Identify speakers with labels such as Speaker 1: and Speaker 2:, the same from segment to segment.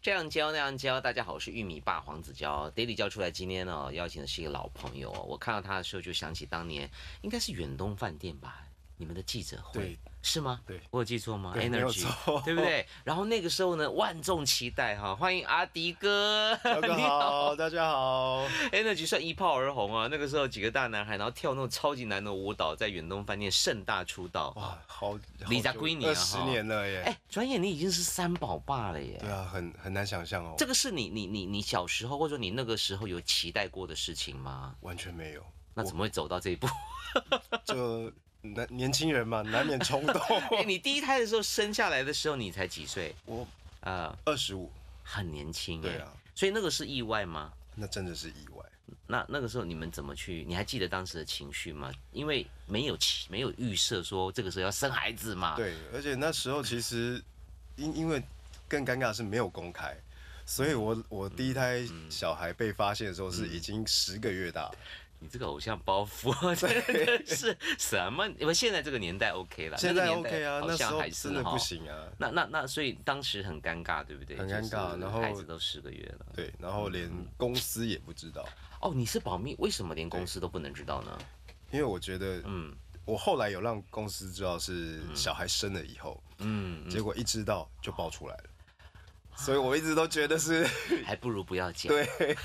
Speaker 1: 这样教那样教，大家好，我是玉米爸黄子佼，Daily 教出来。今天呢，邀请的是一个老朋友哦，我看到他的时候就想起当年应该是远东饭店吧，你们的记者会
Speaker 2: 对
Speaker 1: 是吗？
Speaker 2: 对
Speaker 1: 我有记错吗
Speaker 2: 对没有
Speaker 1: ？Energy
Speaker 2: 错
Speaker 1: 对不对？然后那个时候呢，万众期待哈，欢迎阿迪哥，
Speaker 2: 大家
Speaker 1: 你
Speaker 2: 好，大家好。
Speaker 1: Energy 算一炮而红啊，那个时候几个大男孩，然后跳那种超级难的舞蹈，在远东饭店盛大出道。
Speaker 2: 哇，好，
Speaker 1: 李佳闺女啊
Speaker 2: 二十年了耶。
Speaker 1: 哎，转眼你已经是三宝爸了耶
Speaker 2: 对！啊，很很难想象哦。
Speaker 1: 这个是你你你你小时候或者说你那个时候有期待过的事情吗？
Speaker 2: 完全没有，
Speaker 1: 那怎么会走到这一步？
Speaker 2: 就男年轻人嘛，难免冲 动。
Speaker 1: 哎，你第一胎的时候生下来的时候你才几岁？
Speaker 2: 我
Speaker 1: 呃，
Speaker 2: 二十五，
Speaker 1: 很年轻。欸
Speaker 2: 对啊，
Speaker 1: 所以那个是意外吗？
Speaker 2: 那真的是意外。
Speaker 1: 那那个时候你们怎么去？你还记得当时的情绪吗？因为没有期没有预设说这个时候要生孩子嘛。，
Speaker 2: 对，而且那时候其实因因为更尴尬的是没有公开。所以
Speaker 1: 嗯
Speaker 2: 我，我第一胎小孩被发现的时候是已经十个月大，
Speaker 1: 你这个偶像包袱啊 真的是什么？因为现在这个年代 OK 了，
Speaker 2: 现在
Speaker 1: 那个年代
Speaker 2: OK 啊，
Speaker 1: 好
Speaker 2: 那时
Speaker 1: 像
Speaker 2: 候
Speaker 1: 还是
Speaker 2: 真的
Speaker 1: 哈
Speaker 2: 不行啊。
Speaker 1: 那那那，所以当时很尴尬，对不对？
Speaker 2: 很尴尬
Speaker 1: 就是
Speaker 2: 然后
Speaker 1: 孩子都十个月了。
Speaker 2: 对，然后连
Speaker 1: 嗯
Speaker 2: 公司也不知道，
Speaker 1: 哦，你是保密，为什么连公司都不能知道 呢？
Speaker 2: 因为我觉得
Speaker 1: 嗯
Speaker 2: 我后来有让公司知道是小孩生了以后，
Speaker 1: 嗯，
Speaker 2: 结果一知道就爆出来了，所以我一直都觉得是
Speaker 1: 还不如不要讲。
Speaker 2: 对。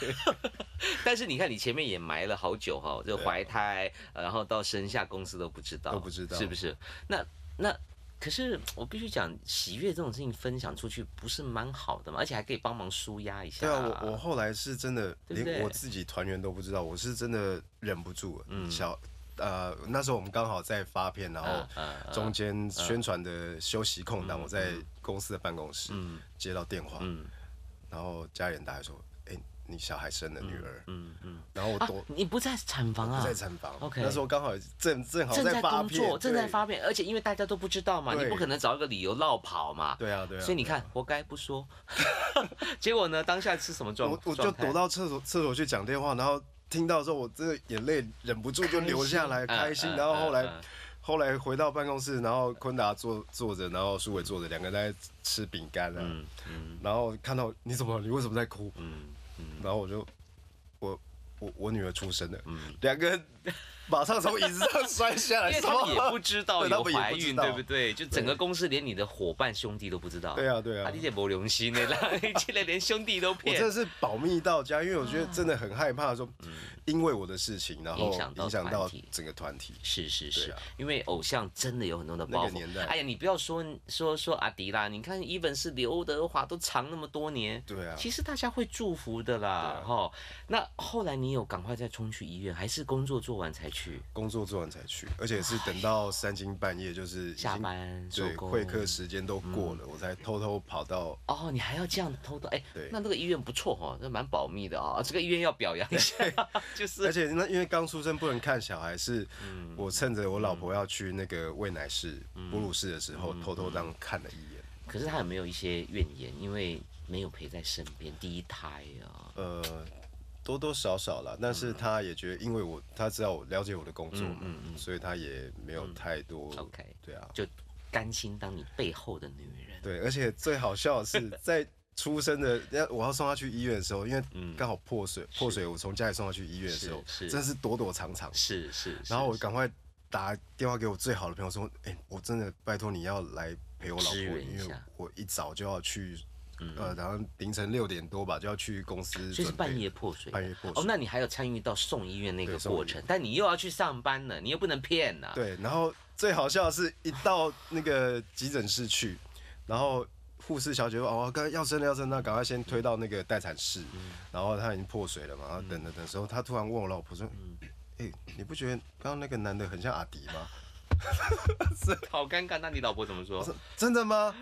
Speaker 1: 但是你看，你前面也埋了好久哈，就怀胎，呃然后到生下，公司都不知道，
Speaker 2: 都不知道
Speaker 1: 是不是？那那可是我必须讲，喜悦这种事情分享出去不是蛮好的嘛，而且还可以帮忙舒压一下。
Speaker 2: 对啊，我我后来是真的
Speaker 1: 对不对
Speaker 2: 连我自己团员都不知道，我是真的忍不住了，
Speaker 1: 嗯
Speaker 2: 小。呃，那时候我们刚好在发片，然后
Speaker 1: 嗯嗯
Speaker 2: 中间宣传的休息空档，我在公司的办公室接到电话，
Speaker 1: 嗯
Speaker 2: 然后家里人打来说：“哎，你小孩生了女儿。
Speaker 1: 嗯嗯”
Speaker 2: 然后我
Speaker 1: 啊
Speaker 2: 躲，
Speaker 1: 你不在产房啊？
Speaker 2: 不在产房。
Speaker 1: OK
Speaker 2: 那时候刚好正正好
Speaker 1: 正在
Speaker 2: 发
Speaker 1: 工
Speaker 2: 片，
Speaker 1: 作，正在
Speaker 2: 对
Speaker 1: 发片，而且因为大家都不知道嘛，
Speaker 2: 对
Speaker 1: 你不可能找一个理由绕跑嘛。
Speaker 2: 对啊对啊
Speaker 1: 所以你看，活该不说。 结果呢，当下是什么状
Speaker 2: 我我就
Speaker 1: 状态
Speaker 2: 躲到厕所厕所去讲电话，然后听到之后，我真的眼泪忍不住就流下来，
Speaker 1: 开心
Speaker 2: 开心。
Speaker 1: 嗯
Speaker 2: 然后
Speaker 1: 嗯
Speaker 2: 后来、
Speaker 1: 嗯
Speaker 2: 后来回到办公室，然后坤达坐坐着，然后舒伟坐着，两个人在吃饼干啊。
Speaker 1: 嗯嗯
Speaker 2: 然后看到你怎么了，你为什么在哭？
Speaker 1: 嗯
Speaker 2: 然后我就我我我女儿出生了，
Speaker 1: 嗯。
Speaker 2: 两个人马上从椅子 上摔下来，
Speaker 1: 因为
Speaker 2: 什
Speaker 1: 他们也
Speaker 2: 么
Speaker 1: 不知道
Speaker 2: 对他
Speaker 1: 有
Speaker 2: 们也不
Speaker 1: 怀
Speaker 2: 知
Speaker 1: 孕，
Speaker 2: 道
Speaker 1: 对不对？就整个公司连你的伙伴兄弟都不知道。
Speaker 2: 对啊对啊
Speaker 1: 啊，你这没良心的啦， 你进来连兄弟都
Speaker 2: 我真的
Speaker 1: 骗。
Speaker 2: 是保密到家，因为我觉得真的很害怕说，因为我的事情，然
Speaker 1: 嗯
Speaker 2: 后
Speaker 1: 影响到
Speaker 2: 影响到
Speaker 1: 团体
Speaker 2: 整个团体。
Speaker 1: 是是是，
Speaker 2: 对啊
Speaker 1: 因为偶像真的有很多的包
Speaker 2: 那
Speaker 1: 袱。
Speaker 2: 个年代
Speaker 1: 哎呀，你不要说说说阿迪啦，你看，even 是刘德华都藏那么多年，
Speaker 2: 对啊
Speaker 1: 其实大家会祝福的啦，哈、那后来你有赶快再冲去医院，还是工作做完才去？
Speaker 2: 工作做完才去，而且是等到三更半夜，就是已经
Speaker 1: 下班
Speaker 2: 对
Speaker 1: 收工嗯
Speaker 2: 会客时间都过了，我才偷偷跑到
Speaker 1: 哦，你还要这样偷偷哎、
Speaker 2: 对
Speaker 1: 那这个医院不错哦，那蛮保密的啊、这个医院要表扬一下， 就是
Speaker 2: 而且那因为刚出生不能看小孩，是
Speaker 1: 嗯
Speaker 2: 我趁着我老婆要去那个喂奶室、哺乳室的时
Speaker 1: 嗯
Speaker 2: 候，偷偷当看了一眼。
Speaker 1: 可是他有没有一些怨言？因为没有陪在身边，第一胎啊，
Speaker 2: 呃，多多少少啦，但
Speaker 1: 嗯
Speaker 2: 是他也觉得，因为我他知道我了解我的工作嘛，所以他也没有太多。
Speaker 1: 嗯 OK
Speaker 2: 对啊，
Speaker 1: 就甘心当你背后的女人。
Speaker 2: 对，而且最好笑 的是在。出生的，要我要送他去医院的时候，因为刚好破水，破水我从家里送他去医院的时候，
Speaker 1: 嗯是是
Speaker 2: 真的是躲躲藏藏。
Speaker 1: 是是，是
Speaker 2: 然后我赶快打电话给我最好的朋友说：“哎、我真的拜托你要来陪我老婆，
Speaker 1: 支援一
Speaker 2: 因
Speaker 1: 下嗯
Speaker 2: 为我一早就要去，呃，然后凌晨六点多吧就要去公司准备，
Speaker 1: 所以是半夜破水的，
Speaker 2: 半夜破水
Speaker 1: 哦，那你还有参与到送医院那个
Speaker 2: 对送医院
Speaker 1: 过程，但你又要去上班了，你又不能骗呐、
Speaker 2: 对，然后最好笑的是一到那个急诊室去，然后护士小姐说：“哦，刚要生了要生了，那赶快先推到那个待产室。
Speaker 1: 嗯
Speaker 2: 然后她已经破水了嘛，然后等等等的时候，她突然问我老婆说：“
Speaker 1: 嗯
Speaker 2: 哎、你不觉得刚刚那个男的很像阿迪吗？”
Speaker 1: 好尴尬。那你老婆怎么说？
Speaker 2: 真的吗？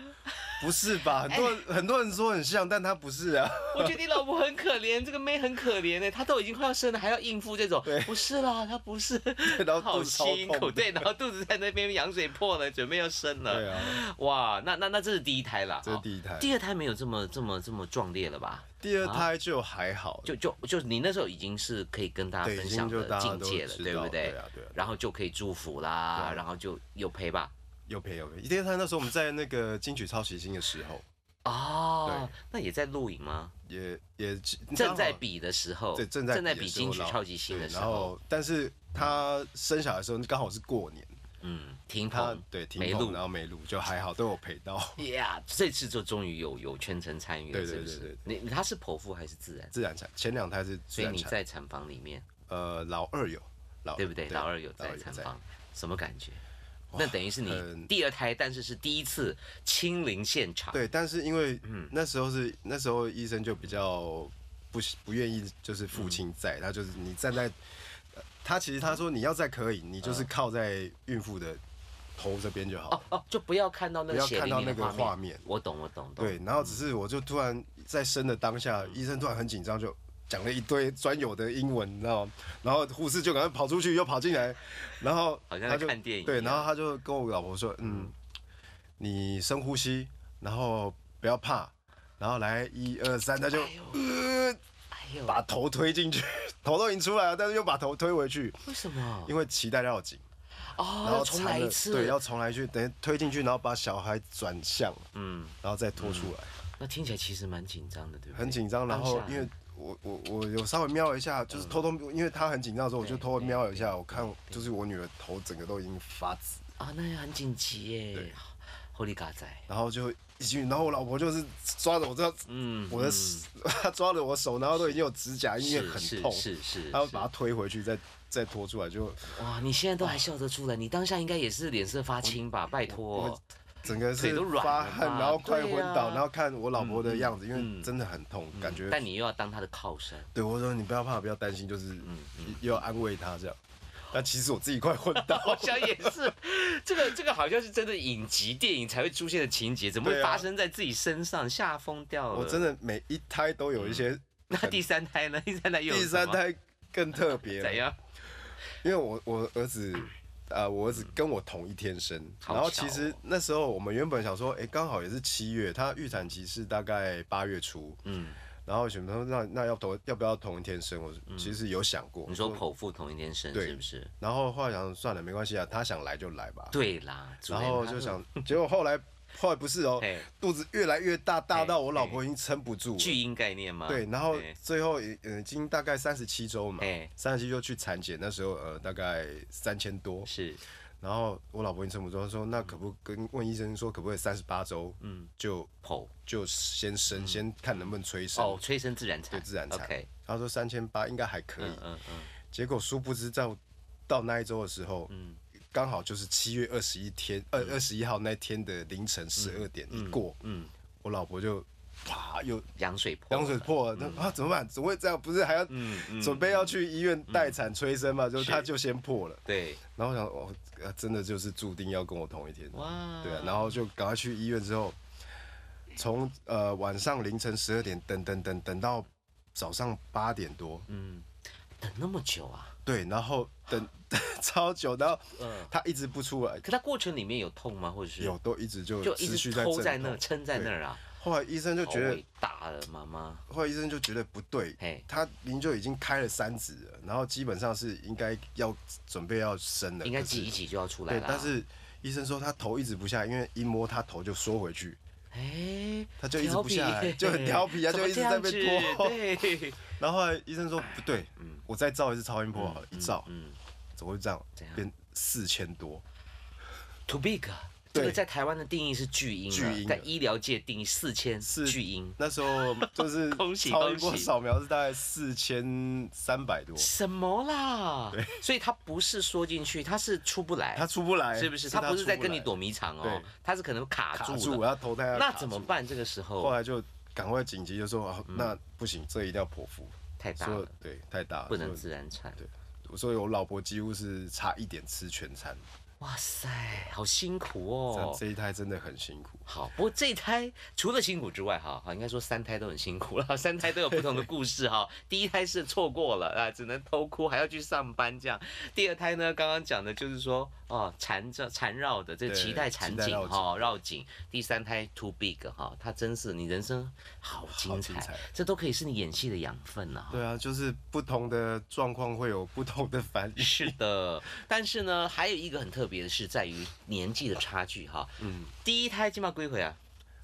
Speaker 2: 不是 吧？很多人、
Speaker 1: 哎
Speaker 2: 很多人说很像，但他不是啊。
Speaker 1: 我觉得你老婆很可怜，这个妹很可怜呢，她都已经快要生了，还要应付这种，不是啦，她不是，
Speaker 2: 然后
Speaker 1: 好
Speaker 2: 肚子超
Speaker 1: 辛苦，
Speaker 2: 痛的
Speaker 1: 对，然后肚子在那边羊水破了，准备要生了，
Speaker 2: 对啊，
Speaker 1: 哇，那那那这是第一胎啦，
Speaker 2: 这是
Speaker 1: 哦
Speaker 2: 第一胎
Speaker 1: 第二胎没有这么这么这么壮烈了吧？
Speaker 2: 第二胎就还好，
Speaker 1: 就就就你那时候已经是可以跟大家
Speaker 2: 对
Speaker 1: 分享
Speaker 2: 已经就
Speaker 1: 的
Speaker 2: 大家
Speaker 1: 境
Speaker 2: 都
Speaker 1: 界了，
Speaker 2: 知道
Speaker 1: 对不
Speaker 2: 对啊对啊
Speaker 1: 然后就可以祝福啦，然后就有陪吧，
Speaker 2: 有陪有陪。一天他那时候我们在那个金曲抄袭星的时候，
Speaker 1: 哦，那也在录影吗？
Speaker 2: 也也
Speaker 1: 正在比的时候，
Speaker 2: 对正在
Speaker 1: 正在
Speaker 2: 比
Speaker 1: 比
Speaker 2: 的时
Speaker 1: 金
Speaker 2: 候
Speaker 1: 曲
Speaker 2: 然后
Speaker 1: 超级新的
Speaker 2: 对
Speaker 1: 时
Speaker 2: 然
Speaker 1: 候，
Speaker 2: 后但是他生小孩的时候刚好是过年，
Speaker 1: 嗯，停
Speaker 2: 他
Speaker 1: 棚，
Speaker 2: 对停
Speaker 1: 没
Speaker 2: 碰，
Speaker 1: 录
Speaker 2: 然后没录，就还好都有陪到
Speaker 1: 呀这次就终于有有全程参与了，
Speaker 2: 对对
Speaker 1: 是不
Speaker 2: 对
Speaker 1: 是
Speaker 2: 对？
Speaker 1: 你你他是剖腹还是自然？
Speaker 2: 自然产，前两胎是自
Speaker 1: 所以
Speaker 2: 然
Speaker 1: 你
Speaker 2: 产，
Speaker 1: 在产房里面，
Speaker 2: 呃老二有老
Speaker 1: 对不对？老二有
Speaker 2: 老
Speaker 1: 在
Speaker 2: 二有
Speaker 1: 产
Speaker 2: 在
Speaker 1: 房，什么感觉？那等于是你
Speaker 2: 很
Speaker 1: 第二胎，但是是第一次亲临现场。
Speaker 2: 对，但是因为那时候是那时候医生就比较不喜不愿意，就是父亲在，他就是你站在，呃他其实他说你要在可以，你就是靠在孕妇的头这边就
Speaker 1: 哦
Speaker 2: 好。了。
Speaker 1: 哦，就不要看到那个
Speaker 2: 不要
Speaker 1: 血
Speaker 2: 看
Speaker 1: 淋
Speaker 2: 到
Speaker 1: 淋的
Speaker 2: 那个
Speaker 1: 画
Speaker 2: 画面
Speaker 1: 我懂，我懂，懂。
Speaker 2: 对，然后只是我就突然在生的当下，医生突然很紧张，就讲了一堆专有的英文，你知道吗？然后护士就赶快跑出去，又跑进来，然后
Speaker 1: 好像
Speaker 2: 他
Speaker 1: 在
Speaker 2: 就
Speaker 1: 看电影一
Speaker 2: 对，
Speaker 1: 样
Speaker 2: 然后他就跟我老婆说，嗯，你深呼吸，然后不要怕，然后来一二三，他就
Speaker 1: 哎呦
Speaker 2: 呃
Speaker 1: 哎呦，
Speaker 2: 把头推进去，头都已经出来了，但是又把头推回去，
Speaker 1: 为什么？
Speaker 2: 因为脐带绕颈，
Speaker 1: 哦，
Speaker 2: 然后
Speaker 1: 要重来
Speaker 2: 缠了
Speaker 1: 一次。
Speaker 2: 对，要重来去，等于推进去，然后把小孩转向，
Speaker 1: 嗯，
Speaker 2: 然后再拖出来。
Speaker 1: 那听起来其实蛮紧张的，对不对？
Speaker 2: 很紧张，然
Speaker 1: 当
Speaker 2: 后
Speaker 1: 下
Speaker 2: 因为我我我有稍微瞄了一下，就是偷偷，
Speaker 1: 嗯
Speaker 2: 因为他很紧张的时候，我就偷偷瞄了一下，我看就是我女儿头整个都已经发紫，
Speaker 1: 啊，那也很紧急耶
Speaker 2: 对。
Speaker 1: Holy 嘎仔，
Speaker 2: 然后就一进去，然后我老婆就是抓着我这样，
Speaker 1: 嗯，
Speaker 2: 我的手 她抓着我手，然后都已经有指甲，因为
Speaker 1: 是
Speaker 2: 很
Speaker 1: 是
Speaker 2: 痛，
Speaker 1: 是是，
Speaker 2: 她会
Speaker 1: 是
Speaker 2: 把它推回去，再再拖出来，就
Speaker 1: 哇，你现在都还笑得出来，你当下应该也是脸色发青吧？拜托
Speaker 2: 我，整个
Speaker 1: 腿
Speaker 2: 是
Speaker 1: 都软
Speaker 2: 发
Speaker 1: 了
Speaker 2: 汗，
Speaker 1: 嘛
Speaker 2: 然后快昏
Speaker 1: 对
Speaker 2: 倒，
Speaker 1: 啊
Speaker 2: 然后看我老婆的样子，因
Speaker 1: 嗯
Speaker 2: 为真的很痛，感觉
Speaker 1: 但你又要当他的靠山，
Speaker 2: 对我说你不要怕，不要担心，就是
Speaker 1: 嗯
Speaker 2: 又要安慰她这样，但其实我自己快昏倒
Speaker 1: 我。想也 是，这个这个好像是真的影集电影才会出现的情节，怎么会
Speaker 2: 对啊
Speaker 1: 发生在自己身上？吓疯掉了！
Speaker 2: 我真的每一胎都有一些，
Speaker 1: 那第三胎呢？ 第三胎嗯又有
Speaker 2: 第
Speaker 1: 什
Speaker 2: 三
Speaker 1: 么
Speaker 2: 胎更特别
Speaker 1: 怎
Speaker 2: 了，
Speaker 1: 样？
Speaker 2: 因为我我儿子，呃，我儿子跟我同一天生，
Speaker 1: 好
Speaker 2: 然后
Speaker 1: 巧
Speaker 2: 其实
Speaker 1: 哦
Speaker 2: 那时候我们原本想说，哎，刚好也是七月，他预产期是大概八月初，
Speaker 1: 嗯，
Speaker 2: 然后想说那那要同要不要同一天生？我其实有想过，
Speaker 1: 嗯你说剖腹同一天生
Speaker 2: 对
Speaker 1: 是不是？
Speaker 2: 然后后来想算了，没关系啊，他想来就来吧，
Speaker 1: 对啦，主
Speaker 2: 然
Speaker 1: 任
Speaker 2: 后
Speaker 1: 他
Speaker 2: 就
Speaker 1: 们
Speaker 2: 想，结果后来后来不是哦
Speaker 1: 嘿，
Speaker 2: 肚子越来越大，大到
Speaker 1: 嘿
Speaker 2: 我老婆已经撑不住了。
Speaker 1: 巨婴概念吗？
Speaker 2: 对，然后
Speaker 1: 对
Speaker 2: 最后已呃已经大概三十七周嘛
Speaker 1: 哎，
Speaker 2: 三十七周去产检，那时候呃大概三千多，
Speaker 1: 是嗯
Speaker 2: 然后我老婆已经撑不住，她说那可不跟问医生说可不可以三十八周，嗯，就
Speaker 1: 剖
Speaker 2: 就先生先看能不能催
Speaker 1: 嗯
Speaker 2: 生，
Speaker 1: 哦，催生自然产，
Speaker 2: 对自然产
Speaker 1: OK，。
Speaker 2: 她说三千八应该还可以
Speaker 1: 嗯，嗯嗯，
Speaker 2: 结果殊不知到到那一周的时候，
Speaker 1: 嗯
Speaker 2: 刚好就是七月二十一天二二十一号那天的凌晨十二点一过，
Speaker 1: 嗯
Speaker 2: 我老婆就啪又
Speaker 1: 羊水破了，嗯
Speaker 2: 羊水破了，那啊怎么办？怎么会这样？不是还要准备要去医院待产催生嘛？就
Speaker 1: 嗯
Speaker 2: 是
Speaker 1: 是
Speaker 2: 他就先破了，
Speaker 1: 对，
Speaker 2: 然后我想哦，呃真的就是注定要跟我同一天，
Speaker 1: 哇，
Speaker 2: 对啊，然后就赶快去医院之后，从呃晚上凌晨十二点等等等等到早上八点多，
Speaker 1: 嗯等那么久啊？
Speaker 2: 对，然后 等超久，然后
Speaker 1: 嗯
Speaker 2: 他一直不出来，
Speaker 1: 可它过程里面有痛吗？或者是
Speaker 2: 有都一直就
Speaker 1: 就一
Speaker 2: 持续
Speaker 1: 直
Speaker 2: 在
Speaker 1: 偷在
Speaker 2: 阵
Speaker 1: 那
Speaker 2: 痛
Speaker 1: 儿，撑在
Speaker 2: 对
Speaker 1: 那儿啊？
Speaker 2: 后来医生就
Speaker 1: 好
Speaker 2: 觉得
Speaker 1: 伟大了，妈妈，
Speaker 2: 后来医生就觉得不对
Speaker 1: 嘿，
Speaker 2: 他明明就已经开了三指了，然后基本上是应该要准备要生了，
Speaker 1: 应该
Speaker 2: 可是
Speaker 1: 挤一挤就要出来
Speaker 2: 对
Speaker 1: 了，。啊
Speaker 2: 但是医生说他头一直不下，因为一摸他头就缩回去，
Speaker 1: 哎，
Speaker 2: 他就一直不下来
Speaker 1: 调皮
Speaker 2: 就很调皮啊
Speaker 1: 怎么
Speaker 2: 就一直在被
Speaker 1: 这样子
Speaker 2: 拖
Speaker 1: 对，
Speaker 2: 然后后来医生说不对，我再照一次超音波好了，一照
Speaker 1: 嗯
Speaker 2: 怎么会这样
Speaker 1: 怎样
Speaker 2: 变四千多？
Speaker 1: ，too big 啊。这
Speaker 2: 对
Speaker 1: 个在台湾的定义是巨婴啊，
Speaker 2: 巨婴啊
Speaker 1: 在医疗界定义四千
Speaker 2: 是
Speaker 1: 巨婴，
Speaker 2: 那时候就是
Speaker 1: 恭喜
Speaker 2: 超音波
Speaker 1: 恭喜
Speaker 2: 扫描是大概四千三百多，
Speaker 1: 什么啦？所以他不是缩进去，他是出不来，
Speaker 2: 他出不来，
Speaker 1: 是不是？
Speaker 2: 他
Speaker 1: 他不是在
Speaker 2: 出来
Speaker 1: 跟你躲迷藏哦
Speaker 2: 对，
Speaker 1: 他是可能卡
Speaker 2: 卡
Speaker 1: 住
Speaker 2: 住，
Speaker 1: 了。
Speaker 2: 他头戴
Speaker 1: 那怎么？办？这个时
Speaker 2: 后
Speaker 1: 候
Speaker 2: 来就赶快紧急就说啊，那不行，这一定要剖腹。
Speaker 1: 太大
Speaker 2: 说
Speaker 1: 了，
Speaker 2: 对太大了，
Speaker 1: 不能
Speaker 2: 所以
Speaker 1: 自然产。
Speaker 2: 对，所以我老婆几乎是差一点吃全餐，
Speaker 1: 哇塞，好辛苦
Speaker 2: 这样
Speaker 1: 哦。
Speaker 2: 这一胎真的很辛苦。
Speaker 1: 好，不过这一胎除了辛苦之外，哈，好，应该说三胎都很辛苦了，三胎都有不同的故事哈。第一胎是错过了啊，只能偷哭，还要去上班这样。第二胎呢，刚刚讲的就是说，哦，缠着缠绕的这
Speaker 2: 对
Speaker 1: 脐带缠
Speaker 2: 脐带
Speaker 1: 紧
Speaker 2: 绕
Speaker 1: 哈，绕紧。第三胎 too big 哈，它真是你人生好精彩，
Speaker 2: 精彩
Speaker 1: 这都可以是你演戏的养分了哈。
Speaker 2: 对啊，就是不同的状况会有不同的反应。
Speaker 1: 是的，但是呢，还有一个很特别的是在于年纪的差距哈。嗯，第一胎今嘛归回啊，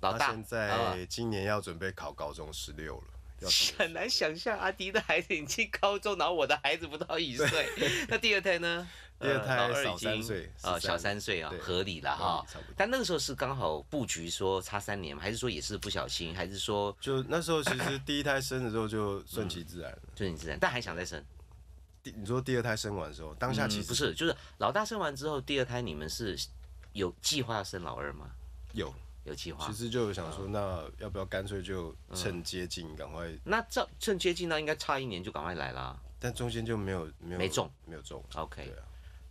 Speaker 1: 老
Speaker 2: 他
Speaker 1: 大
Speaker 2: 现
Speaker 1: 啊
Speaker 2: 在今年要准备考高中十六了，要
Speaker 1: 很难想象阿迪的孩子已经高中，然后我的孩子不到一岁。 那第二胎呢？
Speaker 2: 第二
Speaker 1: 呃
Speaker 2: 胎
Speaker 1: 老二
Speaker 2: 少
Speaker 1: 已经
Speaker 2: 三岁
Speaker 1: 呃，
Speaker 2: 13
Speaker 1: 小三岁啊
Speaker 2: 对，
Speaker 1: 合理了哈
Speaker 2: 合理差不多。
Speaker 1: 但那个时候是刚好布局说差三年吗，还是说也是不小心，还是说
Speaker 2: 就那时候其实第一胎生的时候就顺其自然了。
Speaker 1: 顺其自然？但还想再生？
Speaker 2: 第你说第二胎生完之后，当下其
Speaker 1: 嗯
Speaker 2: 实
Speaker 1: 不是，就是老大生完之后，第二胎你们是有计划要生老二吗？
Speaker 2: 有，
Speaker 1: 有计划
Speaker 2: 其？实就有
Speaker 1: 嗯
Speaker 2: 想说，那要不要干脆就趁接近赶快，
Speaker 1: 那这趁接近到应该差一年就赶快来啦。
Speaker 2: 但中间就没有没有
Speaker 1: 没中，
Speaker 2: 没有中。
Speaker 1: OK，
Speaker 2: 对啊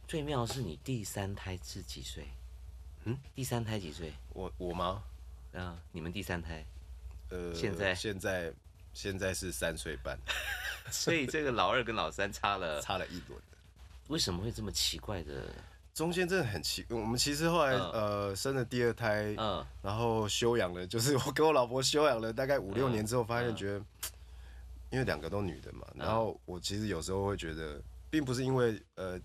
Speaker 1: 最妙的是你第三胎是几岁？嗯，第三胎几岁？
Speaker 2: 我我吗？
Speaker 1: 啊，你们第三 胎，
Speaker 2: 呃，
Speaker 1: 现在
Speaker 2: 现在现在是三岁 半，
Speaker 1: 所以这个老二跟老三差了，
Speaker 2: 差了一轮。
Speaker 1: 为什么会这么奇怪的？
Speaker 2: 中间真的很奇，我们其实后来、
Speaker 1: 嗯
Speaker 2: 呃生了第二胎，
Speaker 1: 嗯，
Speaker 2: 然后休养了，就是我跟我老婆休养了大概五六年之后，
Speaker 1: 嗯
Speaker 2: 发现觉得，嗯因为两个都女的嘛，然后我其实有时候会觉得，并不是因为呃，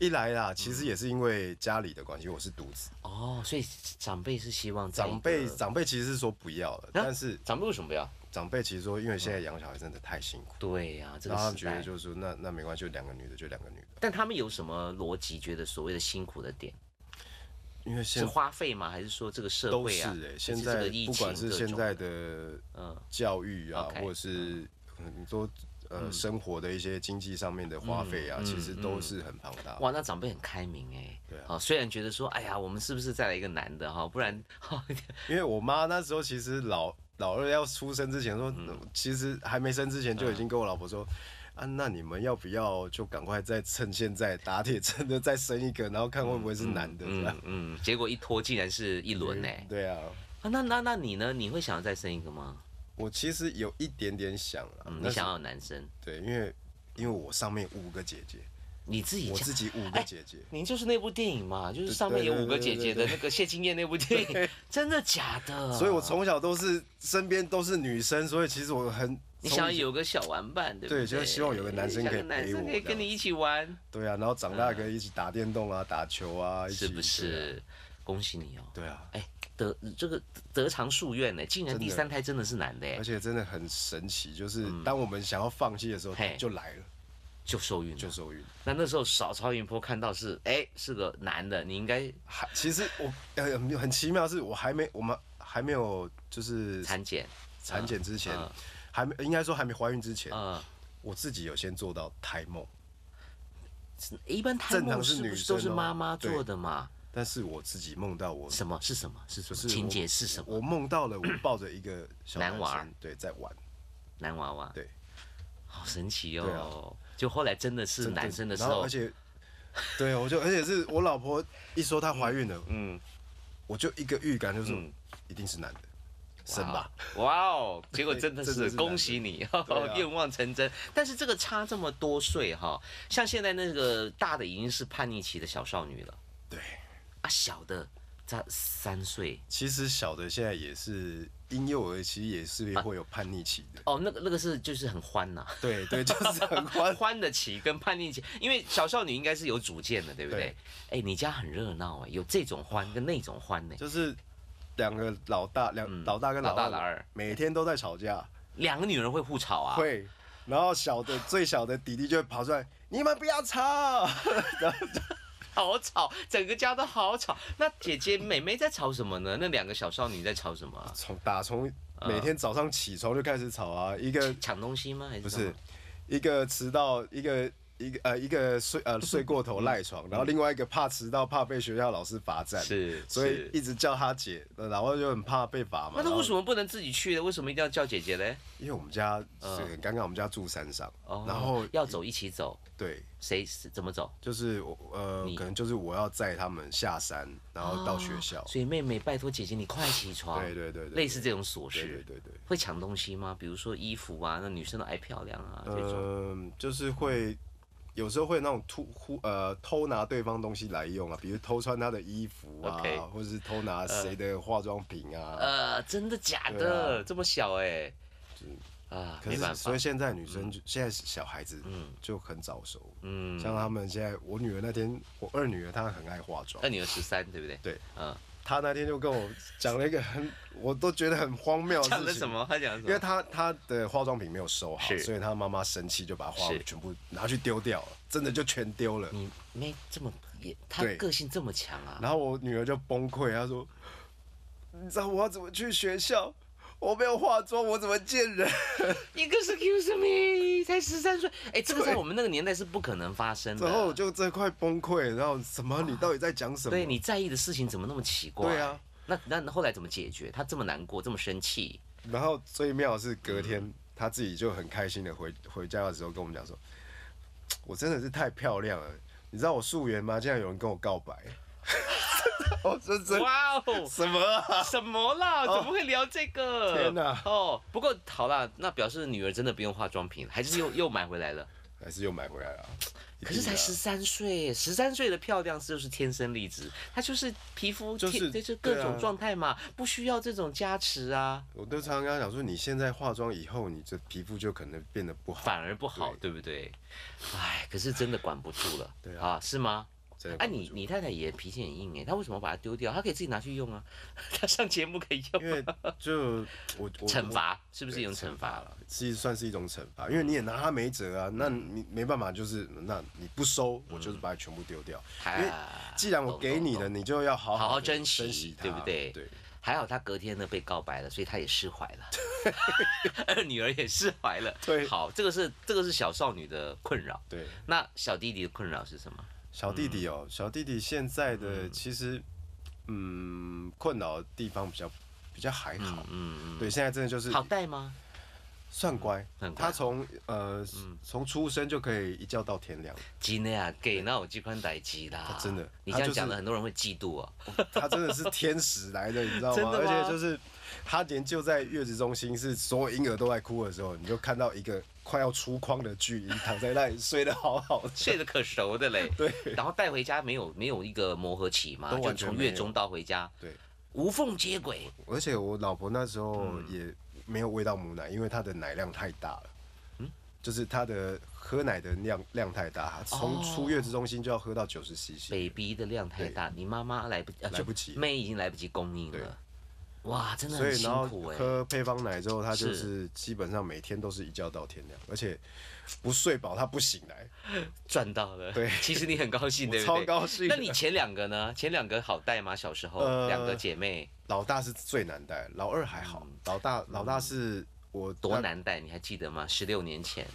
Speaker 2: 一来
Speaker 1: 嗯
Speaker 2: 啦，其实也是因为家里的关系，我是独子，
Speaker 1: 哦，所以长辈是希望在一个
Speaker 2: 长辈长辈其实是说不要
Speaker 1: 啊
Speaker 2: 了，但是
Speaker 1: 长辈为什么不要？
Speaker 2: 长辈其实说，因为现在养小孩真的太辛苦，
Speaker 1: 对呀、这个
Speaker 2: 然后他们
Speaker 1: 时
Speaker 2: 觉得
Speaker 1: 代，
Speaker 2: 就是说，那那没关系，就两个女的就两个女的，
Speaker 1: 但他们有什么逻辑？觉得所谓的辛苦的点
Speaker 2: 因为
Speaker 1: 是
Speaker 2: 现
Speaker 1: 花费吗？还是说这个社
Speaker 2: 都
Speaker 1: 会
Speaker 2: 是
Speaker 1: 啊？
Speaker 2: 哎、
Speaker 1: 还
Speaker 2: 现
Speaker 1: 这个
Speaker 2: 在
Speaker 1: 疫
Speaker 2: 不管
Speaker 1: 情
Speaker 2: 是
Speaker 1: 各
Speaker 2: 现
Speaker 1: 种的，
Speaker 2: 在的
Speaker 1: 嗯
Speaker 2: 教育啊，
Speaker 1: OK，嗯
Speaker 2: 或者是很多呃生活的一些经济上面的花费啊，
Speaker 1: 嗯
Speaker 2: 其实都
Speaker 1: 嗯
Speaker 2: 是很庞大的。
Speaker 1: 哇，那长辈很开明哎。
Speaker 2: 对啊
Speaker 1: 哦，虽然觉得说，哎呀，我们是不是再来一个男的哈？不然，
Speaker 2: 因为我妈那时候其实老老二要出生之前说，
Speaker 1: 嗯
Speaker 2: 其实还没生之前就已经跟我老婆说。啊，那你们要不要就赶快再趁现在打铁趁热再生一个，然后看会不会是男的这样？
Speaker 1: 嗯嗯，结果一拖竟然是一轮呢。
Speaker 2: 对啊，
Speaker 1: 啊，那那那你呢？你会想要再生一个吗？
Speaker 2: 我其实有一点点想了，
Speaker 1: 嗯，你
Speaker 2: 那是
Speaker 1: 想要有男生，
Speaker 2: 对，因为因为我上面五个姐姐，
Speaker 1: 你自己
Speaker 2: 我
Speaker 1: 家哎
Speaker 2: 自己五个姐姐，
Speaker 1: 您就是那部电影嘛，就是上面有
Speaker 2: 对对
Speaker 1: 五个姐姐的
Speaker 2: 对对
Speaker 1: 那
Speaker 2: 对
Speaker 1: 个谢金燕 那部电影，真的假的？
Speaker 2: 所以我从小都是身边都是女生，所以其实我很
Speaker 1: 你想要
Speaker 2: 从以前
Speaker 1: 有个小玩伴，对不
Speaker 2: 对
Speaker 1: 对？
Speaker 2: 就是希望有个男生
Speaker 1: 想
Speaker 2: 可以
Speaker 1: 个男
Speaker 2: 陪
Speaker 1: 生
Speaker 2: 我
Speaker 1: 可以
Speaker 2: 这样
Speaker 1: 跟你一起玩，
Speaker 2: 对啊，然后长大可以一起打电动啊、打球啊，一
Speaker 1: 是
Speaker 2: 起
Speaker 1: 不？是？恭喜你哦！
Speaker 2: 对啊，
Speaker 1: 哎，得这个得偿夙愿呢，竟然
Speaker 2: 真的
Speaker 1: 第三胎真的是男的
Speaker 2: 对啊
Speaker 1: 哎
Speaker 2: 而，且真的很神奇，就是当我们想要放弃的时候
Speaker 1: 嗯嘿，嗯
Speaker 2: 就来了，
Speaker 1: 就受孕
Speaker 2: 就
Speaker 1: 了。
Speaker 2: 受孕。
Speaker 1: 那那时候少曹云波看到是哎是个男的，你应该
Speaker 2: 还其实我呃很奇妙，是我还没我们还没有就是
Speaker 1: 产检
Speaker 2: 产检之前
Speaker 1: 嗯，
Speaker 2: 还没应该说还没怀孕之前，
Speaker 1: 啊。
Speaker 2: 我自己有先做到胎梦，
Speaker 1: 一般胎
Speaker 2: 正
Speaker 1: 梦
Speaker 2: 常是
Speaker 1: 是不
Speaker 2: 女
Speaker 1: 是都
Speaker 2: 生
Speaker 1: 是
Speaker 2: 哦
Speaker 1: 妈妈
Speaker 2: 对
Speaker 1: 做的嘛？
Speaker 2: 但是我自己梦到我
Speaker 1: 什么是什么是什么
Speaker 2: 就是
Speaker 1: 情
Speaker 2: 我
Speaker 1: 节是什么？
Speaker 2: 我梦到了我抱着一个小
Speaker 1: 男娃儿
Speaker 2: 生，对，在玩。
Speaker 1: 男娃娃，
Speaker 2: 对，
Speaker 1: 好神奇
Speaker 2: 对啊
Speaker 1: 哦。就后来真的是
Speaker 2: 真
Speaker 1: 男生的时
Speaker 2: 然后
Speaker 1: 候
Speaker 2: 而，且，对我就而且是我老婆一说她怀孕了，
Speaker 1: 嗯，
Speaker 2: 我就一个预感就是、
Speaker 1: 嗯
Speaker 2: 一定是男的，生吧。
Speaker 1: 哇 哦，结果真的
Speaker 2: 真的
Speaker 1: 是
Speaker 2: 是
Speaker 1: 恭喜你，
Speaker 2: 对 啊
Speaker 1: 愿望成真。但是这个差这么多岁哈，像现在那个大的已经是叛逆期的小少女了
Speaker 2: 对，
Speaker 1: 啊，小的才三岁
Speaker 2: 其实小的现在也是婴幼儿，其实也是
Speaker 1: 啊
Speaker 2: 会有叛逆期的。
Speaker 1: 哦，那个那个是就是很欢呐、
Speaker 2: 对对，就是很 欢。
Speaker 1: 欢的期跟叛逆期，因为小少女应该是有主见的，对不对
Speaker 2: 对？
Speaker 1: 哎，你家很热闹哎，有这种欢跟那种欢呢，
Speaker 2: 就是两个老大，两、
Speaker 1: 嗯
Speaker 2: 老大跟
Speaker 1: 老大
Speaker 2: 二，
Speaker 1: 老二
Speaker 2: 每天都在吵架，
Speaker 1: 两个女人会互吵啊，
Speaker 2: 会。然后小的最小的弟弟就会跑出来，你们不要吵。
Speaker 1: 好吵， 整个家都好吵。那姐姐、妹妹在吵什么呢？那两个小少女在吵什么啊、
Speaker 2: 从打从
Speaker 1: 嗯
Speaker 2: 每天早上起床就开始吵啊，一个
Speaker 1: 抢东西吗？还是
Speaker 2: 不
Speaker 1: 什么
Speaker 2: 是，一个迟到，一个一个呃一个睡呃睡过
Speaker 1: 嗯
Speaker 2: 头赖床，然后另外一个怕迟到，怕被学校老师罚站，
Speaker 1: 是
Speaker 2: 所以
Speaker 1: 是
Speaker 2: 一直叫他姐，呃然后就很怕被罚嘛。
Speaker 1: 那她为什
Speaker 2: 么？
Speaker 1: 么不能自己去呢？为什么一定要叫姐姐嘞？
Speaker 2: 因为我们家是
Speaker 1: 嗯
Speaker 2: 很尴尬，我们家住山上，
Speaker 1: 哦，
Speaker 2: 然后
Speaker 1: 要走一起走，
Speaker 2: 对，
Speaker 1: 谁是怎么走？
Speaker 2: 就是我呃
Speaker 1: 你
Speaker 2: 可能就是我要载他们下山，然后到学校
Speaker 1: 哦，所以妹妹，拜托姐姐，你快起床。
Speaker 2: 对对对对对
Speaker 1: 类似这种琐
Speaker 2: 对对
Speaker 1: 事。
Speaker 2: 对对。
Speaker 1: 会抢东西吗？比如说衣服啊，那女生都爱漂亮啊，这种。
Speaker 2: 嗯，就是会有时候会那种突忽呃偷拿对方东西来用啊，比如偷穿他的衣服啊
Speaker 1: OK 呃
Speaker 2: 或者是偷拿谁的化妆品啊。
Speaker 1: 呃，真的假
Speaker 2: 对啊
Speaker 1: 的？这么小哎、啊，
Speaker 2: 可
Speaker 1: 没
Speaker 2: 是
Speaker 1: 办
Speaker 2: 所
Speaker 1: 法
Speaker 2: 以，现在女生就现在小孩子
Speaker 1: 嗯
Speaker 2: 就很早熟，
Speaker 1: 嗯，
Speaker 2: 像他们现在，我女儿那天，我二女儿她很爱化妆
Speaker 1: 那，你有十三对不对？
Speaker 2: 对，
Speaker 1: 嗯，
Speaker 2: 她那天就跟我讲了一个很，我都觉得很荒谬的
Speaker 1: 讲
Speaker 2: 事
Speaker 1: 的
Speaker 2: 情。
Speaker 1: 什么？他讲的什么？
Speaker 2: 因为她她的化妆品没有收好，
Speaker 1: 是
Speaker 2: 所以她妈妈生气就把化
Speaker 1: 是
Speaker 2: 全部拿去丢掉了，真的就全丢了。
Speaker 1: 你没这么也，他
Speaker 2: 对
Speaker 1: 个性这么强啊，
Speaker 2: 然后我女儿就崩溃，她说：“你知道我要怎么去学校？我没有化妆，我怎么见人
Speaker 1: 一个是 Excuse me，才十三岁，哎，这个在
Speaker 2: 对
Speaker 1: 我们那个年代是不可能发？”生的。
Speaker 2: 然后我就真的快崩溃，然后什么？你到底在讲什
Speaker 1: 啊
Speaker 2: 么？
Speaker 1: 对你在意的事情怎么那么奇怪？
Speaker 2: 对啊，
Speaker 1: 那那那后来怎么解决？他这么难过，这么生气，
Speaker 2: 然后最妙的是隔天她自己就很开心的回回家的时候跟我们讲说：“我真的是太漂亮了，你知道我素颜吗？竟然有人跟我告白， 我真真
Speaker 1: 哇哦！
Speaker 2: 什么啊？
Speaker 1: 什么啦？怎
Speaker 2: 哦
Speaker 1: 么会聊这个？
Speaker 2: 天哪
Speaker 1: 哦，不过好啦，那表示女儿真的不用化妆品，还是又又买回来 了。
Speaker 2: 还是又买回来了啊？一
Speaker 1: 可是才
Speaker 2: 定的啊
Speaker 1: 十三岁，十三岁的漂亮就是天生丽质，她就是皮肤
Speaker 2: 就是
Speaker 1: 天就是各
Speaker 2: 对啊
Speaker 1: 种状态嘛，不需要这种加持啊，
Speaker 2: 我都常常跟他讲说，你现在化妆以后，你这皮肤就可能变得不好。
Speaker 1: 反而不好，对不对？哎，可是真的管不住了，
Speaker 2: 对啊
Speaker 1: 是吗？
Speaker 2: 真的
Speaker 1: 哎、
Speaker 2: 管不
Speaker 1: 你
Speaker 2: 住
Speaker 1: 你太太也脾气很硬哎，她为什么把它丢掉？她可以自己拿去用啊， 她上节目可以用
Speaker 2: 因为 就我我
Speaker 1: 惩罚，是不是一
Speaker 2: 对
Speaker 1: 种惩罚了？嗯
Speaker 2: 我是算是一种惩罚，因为你也拿他没辙啊，那你没办法，就是那你不收，我就是把它全部丢掉。因为
Speaker 1: 哎
Speaker 2: 既然我给你
Speaker 1: 嗯懂
Speaker 2: 了，
Speaker 1: 懂
Speaker 2: 你就要好
Speaker 1: 好好
Speaker 2: 好地
Speaker 1: 珍惜
Speaker 2: 珍惜它，
Speaker 1: 对不对
Speaker 2: 对，
Speaker 1: 还好她隔天呢被告白了，所以她也释怀 了，二女儿也释怀了。
Speaker 2: 对
Speaker 1: 好，这个是这个是小少女的困扰。
Speaker 2: 对，
Speaker 1: 那小弟弟的困扰是什么？
Speaker 2: 小弟弟哦，小弟弟现在的其实嗯困扰的地方比较比较还好，
Speaker 1: 嗯
Speaker 2: 对，现在真的就是
Speaker 1: 嗯，好带吗？
Speaker 2: 算乖，
Speaker 1: 很乖嗯
Speaker 2: 他从呃从出生就可以一觉到天亮，
Speaker 1: 真的啊，给那有这款代志啦
Speaker 2: 啊他，真的
Speaker 1: 你这样
Speaker 2: 他就是
Speaker 1: 讲了，很多人会嫉妒哦。
Speaker 2: 他真的是天使来的，你知道
Speaker 1: 真
Speaker 2: 吗？
Speaker 1: 的
Speaker 2: 而
Speaker 1: 吗
Speaker 2: 且就是他连就在月子中心，是所有婴儿都在哭的时候，你就看到一个快要出框的巨婴躺在那里睡得好好 的，
Speaker 1: 睡得可熟的嘞，
Speaker 2: 对，
Speaker 1: 然后带回家没有没有一个磨合期嘛，
Speaker 2: 都
Speaker 1: 就
Speaker 2: 完全
Speaker 1: 从
Speaker 2: 没有
Speaker 1: 月中到回家，
Speaker 2: 对，
Speaker 1: 无缝接轨，
Speaker 2: 而且我老婆那时
Speaker 1: 嗯
Speaker 2: 候也没有喂到母奶，因为她的奶量太大了。
Speaker 1: 嗯
Speaker 2: 就是她的喝奶的量量太大，从
Speaker 1: 哦
Speaker 2: 出月子中心就要喝到九十 CC，
Speaker 1: ，baby 的量太大，你妈妈来不及，啊
Speaker 2: 来不及
Speaker 1: 就妹已经来不及供应
Speaker 2: 对
Speaker 1: 了，哇，真的
Speaker 2: 所
Speaker 1: 很
Speaker 2: 以
Speaker 1: 辛
Speaker 2: 然后
Speaker 1: 苦哎、
Speaker 2: 喝配方奶之后，她就是是基本上每天都是一觉到天亮，而且不睡饱她不醒来，
Speaker 1: 赚到了，
Speaker 2: 对
Speaker 1: 其实你很高 兴，
Speaker 2: 我
Speaker 1: 对不对？
Speaker 2: 超高兴的
Speaker 1: 那你前两个呢？前两个好带吗？小时候
Speaker 2: 呃
Speaker 1: 两个姐妹
Speaker 2: 老大是最难带，老二还好，老大老大是我
Speaker 1: 多
Speaker 2: 那？
Speaker 1: 难带，你还记得吗？十六年前，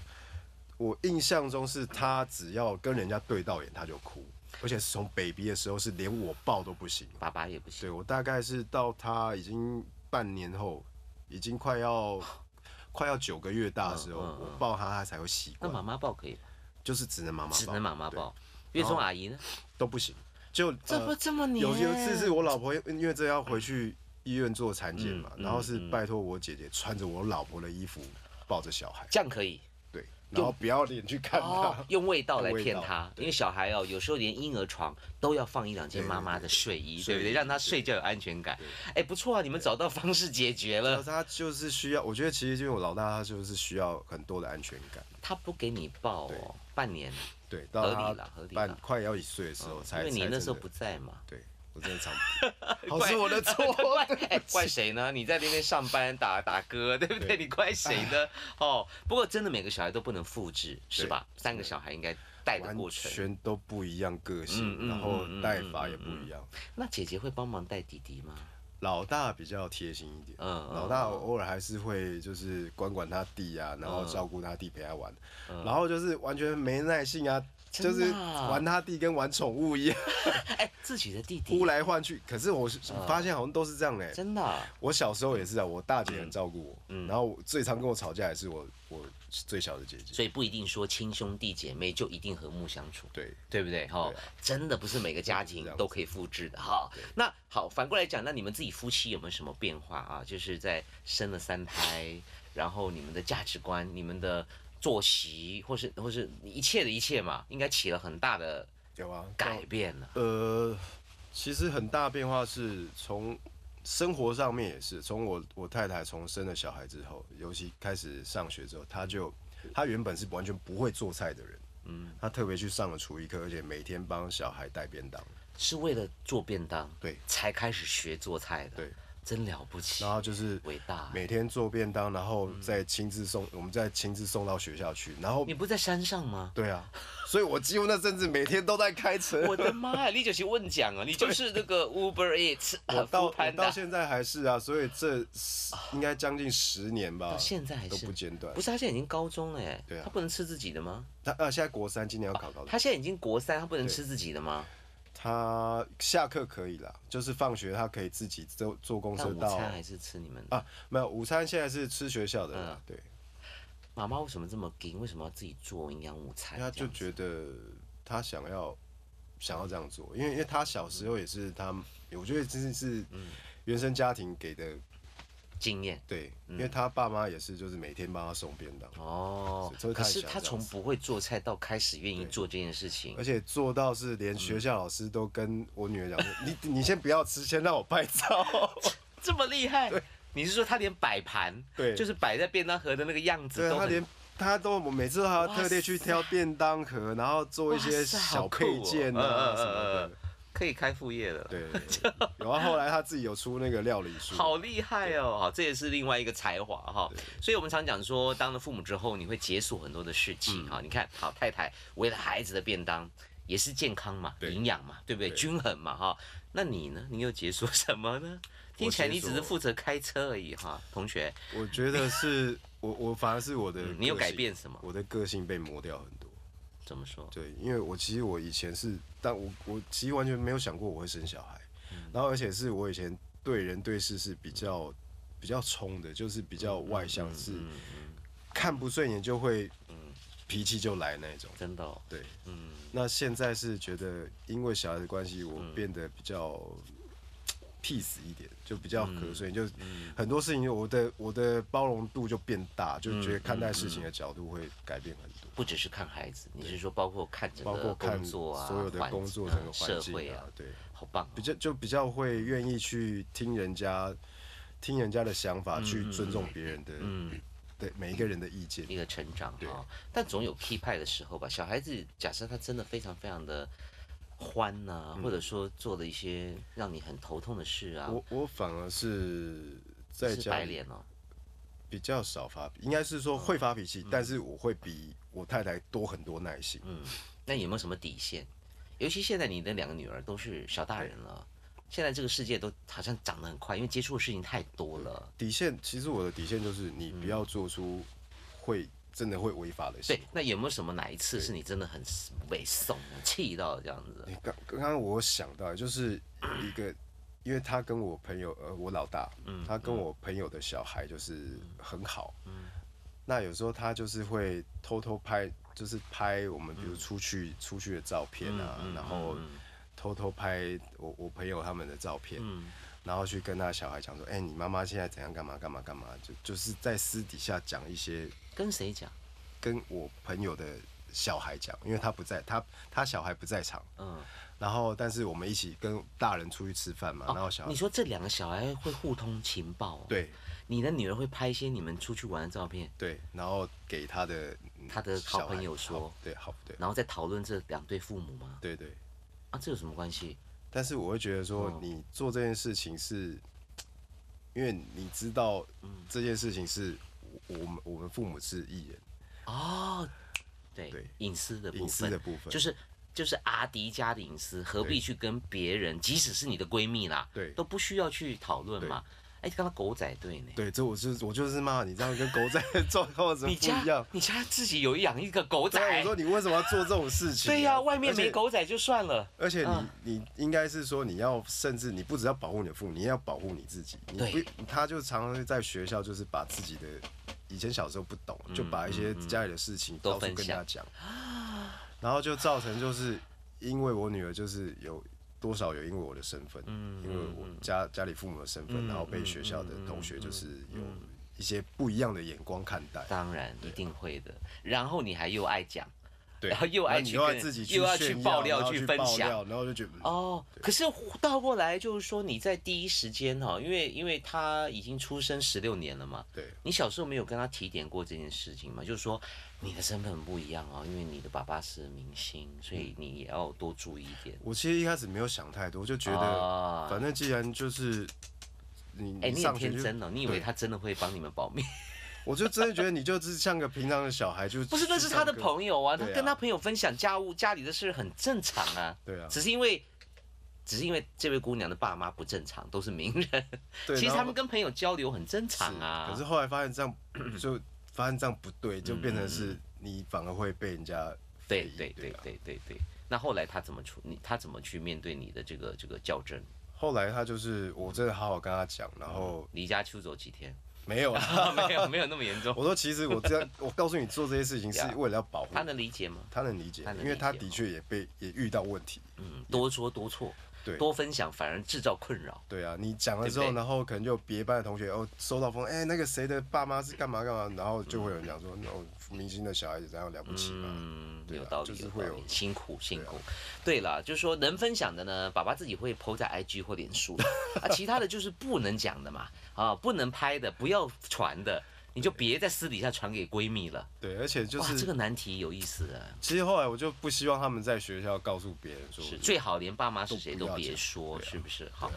Speaker 2: 我印象中是他只要跟人家对到眼他就哭，而且是从 baby 的时候是连我抱都不行。
Speaker 1: 爸爸也不行
Speaker 2: 对，我大概是到他已经半年后，已经 快要快要九个月大的时候，
Speaker 1: 嗯嗯嗯
Speaker 2: 我抱他他才会习
Speaker 1: 那妈
Speaker 2: 惯，
Speaker 1: 妈抱可以吧？
Speaker 2: 就是只能妈妈抱，
Speaker 1: 只能妈妈
Speaker 2: 对
Speaker 1: 抱。月中
Speaker 2: 然后
Speaker 1: 阿姨呢？
Speaker 2: 都不行。就
Speaker 1: 这不啊
Speaker 2: 呃
Speaker 1: 这么黏？
Speaker 2: 有有一次是我老婆因为这要回去医院做产检嘛，
Speaker 1: 嗯嗯
Speaker 2: 然后是拜托我姐姐穿着我老婆的衣服抱着小孩。
Speaker 1: 这样可以。
Speaker 2: 对，然后不要脸去看
Speaker 1: 哦
Speaker 2: 他，，
Speaker 1: 用味道来
Speaker 2: 用味
Speaker 1: 骗
Speaker 2: 道
Speaker 1: 他，因为小孩哦，有时候连婴儿床都要放一两件
Speaker 2: 对
Speaker 1: 妈
Speaker 2: 对
Speaker 1: 妈
Speaker 2: 对
Speaker 1: 的睡衣，
Speaker 2: 睡
Speaker 1: 对不对？
Speaker 2: 衣
Speaker 1: 让他
Speaker 2: 对
Speaker 1: 睡觉有安全感。哎，不错啊，你们找到方式解决
Speaker 2: 然后
Speaker 1: 了。
Speaker 2: 呃他就是需要，我觉得其实就是我老大，他就是需要很多的安全感。
Speaker 1: 他不给你抱
Speaker 2: 对
Speaker 1: 哦，半年，
Speaker 2: 对，到
Speaker 1: 合
Speaker 2: 他
Speaker 1: 理啦合理啦嗯
Speaker 2: 半快要一岁的时候才，
Speaker 1: 因为你
Speaker 2: 才
Speaker 1: 那时候
Speaker 2: 真
Speaker 1: 不
Speaker 2: 的
Speaker 1: 在 嘛。
Speaker 2: 对，我真 的常，好是我的错，
Speaker 1: 怪 哎怪谁呢？你在那边上班打打歌，对不对？
Speaker 2: 对
Speaker 1: 你怪谁 呢？哦，不过真的每个小孩都不能复制，是
Speaker 2: 对
Speaker 1: 吧？三个小孩应该带的
Speaker 2: 完
Speaker 1: 过程。
Speaker 2: 全都不一样个
Speaker 1: 嗯嗯
Speaker 2: 性，然后带法也不一样。
Speaker 1: 那姐姐会帮忙带弟弟吗？
Speaker 2: 老大比较贴心一点，
Speaker 1: 嗯嗯
Speaker 2: 老大哦偶尔还是会就是管管他弟啊，
Speaker 1: 嗯
Speaker 2: 然后照顾他弟陪他玩，然后就是完全没耐性啊，就
Speaker 1: 真的
Speaker 2: 是
Speaker 1: 啊
Speaker 2: 玩他弟跟玩宠物一样。
Speaker 1: 哎，自己的弟弟
Speaker 2: 呼，来唤去。可是我是发现好像都是这样嘞、
Speaker 1: 真的啊
Speaker 2: 我小时候也是啊，我大姐很照顾我，然后我最常跟我吵架也是我我最小的姐姐。
Speaker 1: 所以不一定说亲兄弟姐妹就一定和睦相处，
Speaker 2: 对，
Speaker 1: 对不对？哈、
Speaker 2: 对啊
Speaker 1: 真的不是每个家庭
Speaker 2: 这样子
Speaker 1: 都可以复制的哈。那好，反过来讲，那你们自己夫妻有没有什么变化啊？就是在生了三胎，然后你们的价值观、你们的作息，或是或是一切的一切嘛，应该起了很大的
Speaker 2: 有啊。
Speaker 1: 改变了。
Speaker 2: 呃，其实很大变化是从生活上面也是，从我我太太从生了小孩之后，尤其开始上学之后，她就她原本是完全不会做菜的人，嗯，她特别去上了厨艺课，而且每天帮小孩带便当，
Speaker 1: 是为了做便当，
Speaker 2: 对
Speaker 1: 才开始学做菜的，
Speaker 2: 对，
Speaker 1: 真了不起，
Speaker 2: 然后就是
Speaker 1: 伟大欸。
Speaker 2: 每天做便当，然后再亲自送，我们再亲自送到学校去，然后
Speaker 1: 嗯你不在山上吗？
Speaker 2: 对啊，所以我几乎那阵子每天都在开车，
Speaker 1: 我的妈呀！你就是问讲啊，你就是那个 Uber Eats 啊
Speaker 2: 我到
Speaker 1: 富
Speaker 2: 我
Speaker 1: 潘
Speaker 2: 到
Speaker 1: 达，
Speaker 2: 现在还是啊，所以这十应该将近十年吧，
Speaker 1: 啊到现在还
Speaker 2: 都
Speaker 1: 是
Speaker 2: 不间断
Speaker 1: 不。是他现在已经高中了耶，
Speaker 2: 对啊
Speaker 1: 他不能吃自己的吗？
Speaker 2: 他呃，现在国三，今年要考高中。
Speaker 1: 哦他现在已经国三，他不能
Speaker 2: 对
Speaker 1: 吃自己的吗？
Speaker 2: 他下课可以啦，就是放学他可以自己坐坐公
Speaker 1: 但
Speaker 2: 车
Speaker 1: 午
Speaker 2: 到
Speaker 1: 餐还是吃你们的。
Speaker 2: 啊，没有午餐现在是吃学校的
Speaker 1: 嗯
Speaker 2: 啦，对，
Speaker 1: 妈妈为什么这么硬？为什么要自己做营养午餐
Speaker 2: 因为
Speaker 1: 这
Speaker 2: 他
Speaker 1: 样子？
Speaker 2: 就觉得他想要想要这样做，因为因为他小时候也是他，我觉得真的是
Speaker 1: 嗯
Speaker 2: 原生家庭给的，
Speaker 1: 经验
Speaker 2: 对，因为他爸妈也是就是每天帮他送便当，
Speaker 1: 嗯哦
Speaker 2: 所以。他
Speaker 1: 可是
Speaker 2: 想
Speaker 1: 他
Speaker 2: 这样
Speaker 1: 从
Speaker 2: 子
Speaker 1: 不会做菜到开始愿意
Speaker 2: 对
Speaker 1: 做这件事情
Speaker 2: 而，且做到是
Speaker 1: 嗯
Speaker 2: 连学校老师都跟我女儿讲说：“你你先不要吃，先让我 拍照。
Speaker 1: 这么厉害？你是说他连摆盘，
Speaker 2: 对
Speaker 1: 就是摆在便当盒的那个样”子
Speaker 2: 对，
Speaker 1: 都
Speaker 2: 她
Speaker 1: 很
Speaker 2: 连她都我每次都还要特地去挑便当盒，然后做一些
Speaker 1: 哇塞好
Speaker 2: 小
Speaker 1: 酷
Speaker 2: 配
Speaker 1: 哦
Speaker 2: 件
Speaker 1: 嗯嗯
Speaker 2: 啊
Speaker 1: 嗯
Speaker 2: 什么
Speaker 1: 嗯
Speaker 2: 的
Speaker 1: 嗯。可以开副业了。
Speaker 2: 对，然后后来她自己有出那个料理书，
Speaker 1: 好厉害哦！好，这也是另外一个才华哈。所以我们常讲说，当了父母之后，你会解锁很多的事
Speaker 2: 嗯
Speaker 1: 情哈。你看，好太太为了孩子的便当，也是健康嘛，
Speaker 2: 对
Speaker 1: 营养嘛，对不对？
Speaker 2: 对
Speaker 1: 均衡嘛哈。那你呢？你又解锁什么 呢？听起来你只是负责开车而已哈，同学，
Speaker 2: 我觉得 是我我反而是我的
Speaker 1: 嗯你有
Speaker 2: 个
Speaker 1: 改
Speaker 2: 性
Speaker 1: 变什么
Speaker 2: 我的个性被磨掉很多。
Speaker 1: 怎么说？
Speaker 2: 对，因为我其实我以前是，但我我其实完全没有想过我会生小孩，
Speaker 1: 嗯
Speaker 2: 然后而且是我以前对人对事是比较比较冲的，就是比较外
Speaker 1: 嗯
Speaker 2: 向，是看不顺眼就会脾气就来那种。
Speaker 1: 真的、哦，
Speaker 2: 对，
Speaker 1: 嗯，
Speaker 2: 那现在是觉得因为小孩的关系，我
Speaker 1: 嗯
Speaker 2: 变得比较 peace 一点，就比较
Speaker 1: 嗯
Speaker 2: 和顺，就很多事情我的我的包容度就变大，就
Speaker 1: 嗯
Speaker 2: 觉得看待事情的角度会改变很多。
Speaker 1: 不只是看孩子，你是说包括看整
Speaker 2: 包
Speaker 1: 个
Speaker 2: 括看
Speaker 1: 工作啊，
Speaker 2: 所有的
Speaker 1: 环
Speaker 2: 工作
Speaker 1: 嗯
Speaker 2: 整个环
Speaker 1: 社
Speaker 2: 境
Speaker 1: 会啊
Speaker 2: 啊，，对，
Speaker 1: 好棒、
Speaker 2: 比
Speaker 1: 哦。
Speaker 2: 较就比较会愿意去听人家听人家的想法，
Speaker 1: 嗯
Speaker 2: 去尊重别人的，对每一个人的意见，
Speaker 1: 一个成长哈、
Speaker 2: 对
Speaker 1: 但总有 key 派的时候吧。小孩子假设他真的非常非常的欢呐、或者说做了一些让你很头痛的事啊，
Speaker 2: 嗯我我反而是在
Speaker 1: 是
Speaker 2: 家
Speaker 1: 白
Speaker 2: 里
Speaker 1: 脸哦，
Speaker 2: 比较少发，应该是说会发脾气，但是我会比我太太多很多耐心。
Speaker 1: 嗯，那有没有什么底线？尤其现在你的两个女儿都是小大人了，现在这个世界都好像长得很快，因为接触的事情太多了。
Speaker 2: 底线其实我的底线就是你不要做出会真的会违法的
Speaker 1: 嗯
Speaker 2: 行
Speaker 1: 对
Speaker 2: 为。，
Speaker 1: 那有没有什么哪一次是你真的很猥琐、气到这样子？
Speaker 2: 你刚刚刚我想到，就是一个，因为他跟我朋友，呃，我老大，他跟我朋友的小孩就是很好，那有时候他就是会偷偷拍，就是拍我们比如出去、出去的照片啊，然后偷偷拍我我朋友他们的照片，然后去跟他小孩讲说，哎、你妈妈现在怎样干嘛干嘛干嘛，就就是在私底下讲一些
Speaker 1: 跟谁讲？
Speaker 2: 跟我朋友的小孩讲，因为他不在，他他小孩不在场。
Speaker 1: 嗯，
Speaker 2: 然后，但是我们一起跟大人出去吃饭嘛，然后小
Speaker 1: 哦你
Speaker 2: 孩
Speaker 1: 说这两个小孩会互通情报、哦？，
Speaker 2: 对
Speaker 1: 你的女儿会拍一些你们出去玩的照片，
Speaker 2: 对，然后给他的嗯
Speaker 1: 他的好
Speaker 2: 小孩
Speaker 1: 朋友说
Speaker 2: 好对，好对，
Speaker 1: 然后再讨论这两对父母吗？
Speaker 2: 对对。
Speaker 1: 啊，这有什么关系？
Speaker 2: 但是我会觉得说
Speaker 1: 嗯，
Speaker 2: 你做这件事情是，因为你知道这件事情是我我们我们父母是艺人，
Speaker 1: 哦，对，
Speaker 2: 对
Speaker 1: 隐私的部分，
Speaker 2: 隐私的部分
Speaker 1: 就是就是阿迪家的隐私，何必
Speaker 2: 对
Speaker 1: 去跟别人，即使是你的闺蜜啦，
Speaker 2: 对
Speaker 1: 都不需要去讨论嘛。哎，刚刚狗仔队呢？
Speaker 2: 对，这我就是我就是骂你这样跟狗 仔的状况怎么
Speaker 1: 你
Speaker 2: 不一
Speaker 1: 家
Speaker 2: 样？
Speaker 1: 你家自己有养一个狗仔
Speaker 2: 对，啊，我说你为什么要做这种事情啊、
Speaker 1: 对呀、外面
Speaker 2: 而且
Speaker 1: 没狗仔就算了。
Speaker 2: 而且你、
Speaker 1: 嗯
Speaker 2: 你应该是说你要甚至你不只要保护你的父母，你也要保护你自己。你
Speaker 1: 对
Speaker 2: 不，他就常常会在学校就是把自己的以前小时候不懂，
Speaker 1: 嗯
Speaker 2: 就把一些家里的事情
Speaker 1: 都
Speaker 2: 到处跟
Speaker 1: 分
Speaker 2: 人
Speaker 1: 享
Speaker 2: 家讲，然后就造成就是因为我女儿就是有。多少有因为我的身份，
Speaker 1: 嗯
Speaker 2: 因为我家家里父母的身份，然后被学校的同
Speaker 1: 嗯
Speaker 2: 学就是有一些不一样的眼光看待。
Speaker 1: 当然一定会的。然后你还又爱讲，
Speaker 2: 对，
Speaker 1: 然后又爱
Speaker 2: 那你
Speaker 1: 去
Speaker 2: 又要
Speaker 1: 跟
Speaker 2: 自己
Speaker 1: 又要
Speaker 2: 炫
Speaker 1: 去
Speaker 2: 耀
Speaker 1: 爆料
Speaker 2: 然后
Speaker 1: 去
Speaker 2: 去
Speaker 1: 分
Speaker 2: 爆
Speaker 1: 享
Speaker 2: 料然后就觉得哦，
Speaker 1: 哦，可是倒过来就是说，你在第一时间哈，因为因为他已经出生十六年了嘛，
Speaker 2: 对，
Speaker 1: 你小时候没有跟他提点过这件事情吗？就是说你的身份很不一样哦，因为你的爸爸是明星，所
Speaker 2: 嗯
Speaker 1: 以你也要多注意一点。
Speaker 2: 我其实一开始没有想太多，我就觉得
Speaker 1: 啊
Speaker 2: 反正既然就是你
Speaker 1: 哎，你很
Speaker 2: 你上学
Speaker 1: 天
Speaker 2: 就，
Speaker 1: 真哦，你以为
Speaker 2: 对
Speaker 1: 他真的会帮你们 保密？
Speaker 2: 我就真的觉得你就只是像个平常的小孩，就
Speaker 1: 不是，
Speaker 2: 去
Speaker 1: 那是他的
Speaker 2: 上课
Speaker 1: 朋友啊，他
Speaker 2: 对啊
Speaker 1: 跟他朋友分享家务家里的事很正常啊，
Speaker 2: 对啊，
Speaker 1: 只是因为。只是因为这位姑娘的爸妈不正常，都是名人。
Speaker 2: 对，
Speaker 1: 其实
Speaker 2: 然
Speaker 1: 他
Speaker 2: 后
Speaker 1: 们跟朋友交流很正常
Speaker 2: 是
Speaker 1: 啊。
Speaker 2: 可是后来发现 这样就发现这样不对，就变成是你反而会被人家
Speaker 1: 对
Speaker 2: 非议
Speaker 1: 嗯对
Speaker 2: 对
Speaker 1: 对
Speaker 2: 啊
Speaker 1: 对对对。那后来他怎么处你？他怎么去面对你的这个这个较真？
Speaker 2: 后来他就是我真的好好跟他讲，然后
Speaker 1: 离家出走几天？
Speaker 2: 没有啦。
Speaker 1: 没有没有那么严重。
Speaker 2: 我说其实我这样，我告诉你做这些 事情是
Speaker 1: Yeah
Speaker 2: 为了要保护
Speaker 1: 他能理解吗？
Speaker 2: 他能理解
Speaker 1: 他能，理解哦
Speaker 2: 因为他的确也被也遇到问题。
Speaker 1: 嗯，多说多错，
Speaker 2: 对
Speaker 1: 多分享反而制造困扰。
Speaker 2: 对啊，你讲了之
Speaker 1: 对
Speaker 2: 后，
Speaker 1: 不对
Speaker 2: 然后可能就别班的同学哦收到风，哎，那个谁的爸妈是干嘛干嘛，然后就会有人讲说，哦，明星的小孩子怎样了不起嘛？
Speaker 1: 嗯，
Speaker 2: 对啊
Speaker 1: 有道理，
Speaker 2: 就是
Speaker 1: 有道
Speaker 2: 会
Speaker 1: 理
Speaker 2: 有，啊
Speaker 1: 辛苦辛苦。对了，就是说能分享的呢，爸爸自己会 PO 在 IG 或脸 书，啊，其他的就是不能讲的嘛，啊，不能拍的，不要传的，你就别在私底下传给闺蜜了。
Speaker 2: 对，而且就
Speaker 1: 哇，这
Speaker 2: 是
Speaker 1: 个难题有意思啊。
Speaker 2: 其实后来我就不希望他们在学校告诉别人说，
Speaker 1: 是最好连爸妈是谁
Speaker 2: 都
Speaker 1: 都
Speaker 2: 不要
Speaker 1: 别
Speaker 2: 讲
Speaker 1: 说，
Speaker 2: 对啊
Speaker 1: 是不是？好，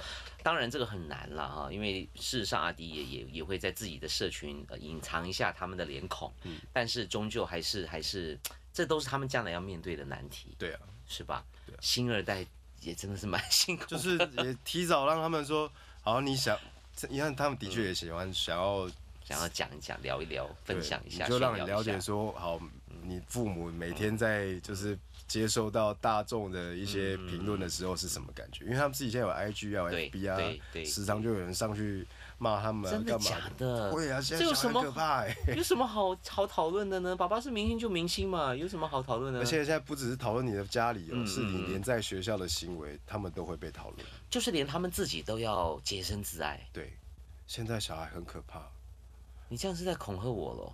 Speaker 1: 当然这个很难了啊，因为事实上阿迪也也也会在自己的社群呃隐藏一下他们的脸孔，
Speaker 2: 嗯
Speaker 1: 但是终究还是还是这都是他们将来要面对的难题，
Speaker 2: 对啊，
Speaker 1: 是吧？新二代也真的是蛮辛苦的，
Speaker 2: 就是也提早让他们说，好，你想，这你看他们的确也喜欢想要
Speaker 1: 想要讲一讲、聊一聊、分
Speaker 2: 对
Speaker 1: 享一下，
Speaker 2: 你就让你
Speaker 1: 炫耀
Speaker 2: 了
Speaker 1: 一下嗯
Speaker 2: 解说，好，你父母每天在就是接受到大众的一些评论的时候是什么感觉？因为他们自己现在有 IG 啊、
Speaker 1: 嗯对
Speaker 2: FB
Speaker 1: 对
Speaker 2: 啊
Speaker 1: 对，
Speaker 2: 时常就有人上去骂他们啊
Speaker 1: 真，的
Speaker 2: 干嘛
Speaker 1: 假？ 的？
Speaker 2: 会啊，现
Speaker 1: 这
Speaker 2: 在
Speaker 1: 有
Speaker 2: 小
Speaker 1: 什
Speaker 2: 孩很可
Speaker 1: 么
Speaker 2: 怕欸。
Speaker 1: 有什么好好讨论的呢？爸爸是明星就明星嘛，有什么好讨论的
Speaker 2: 而
Speaker 1: 呢？
Speaker 2: 且现在不只是讨论你的家里哦，
Speaker 1: 嗯
Speaker 2: 是你连在学校的行为，他们都会被讨论。
Speaker 1: 就是连他们自己都要洁身自爱。
Speaker 2: 对，现在小孩很可怕，
Speaker 1: 你这样是在恐吓我喽？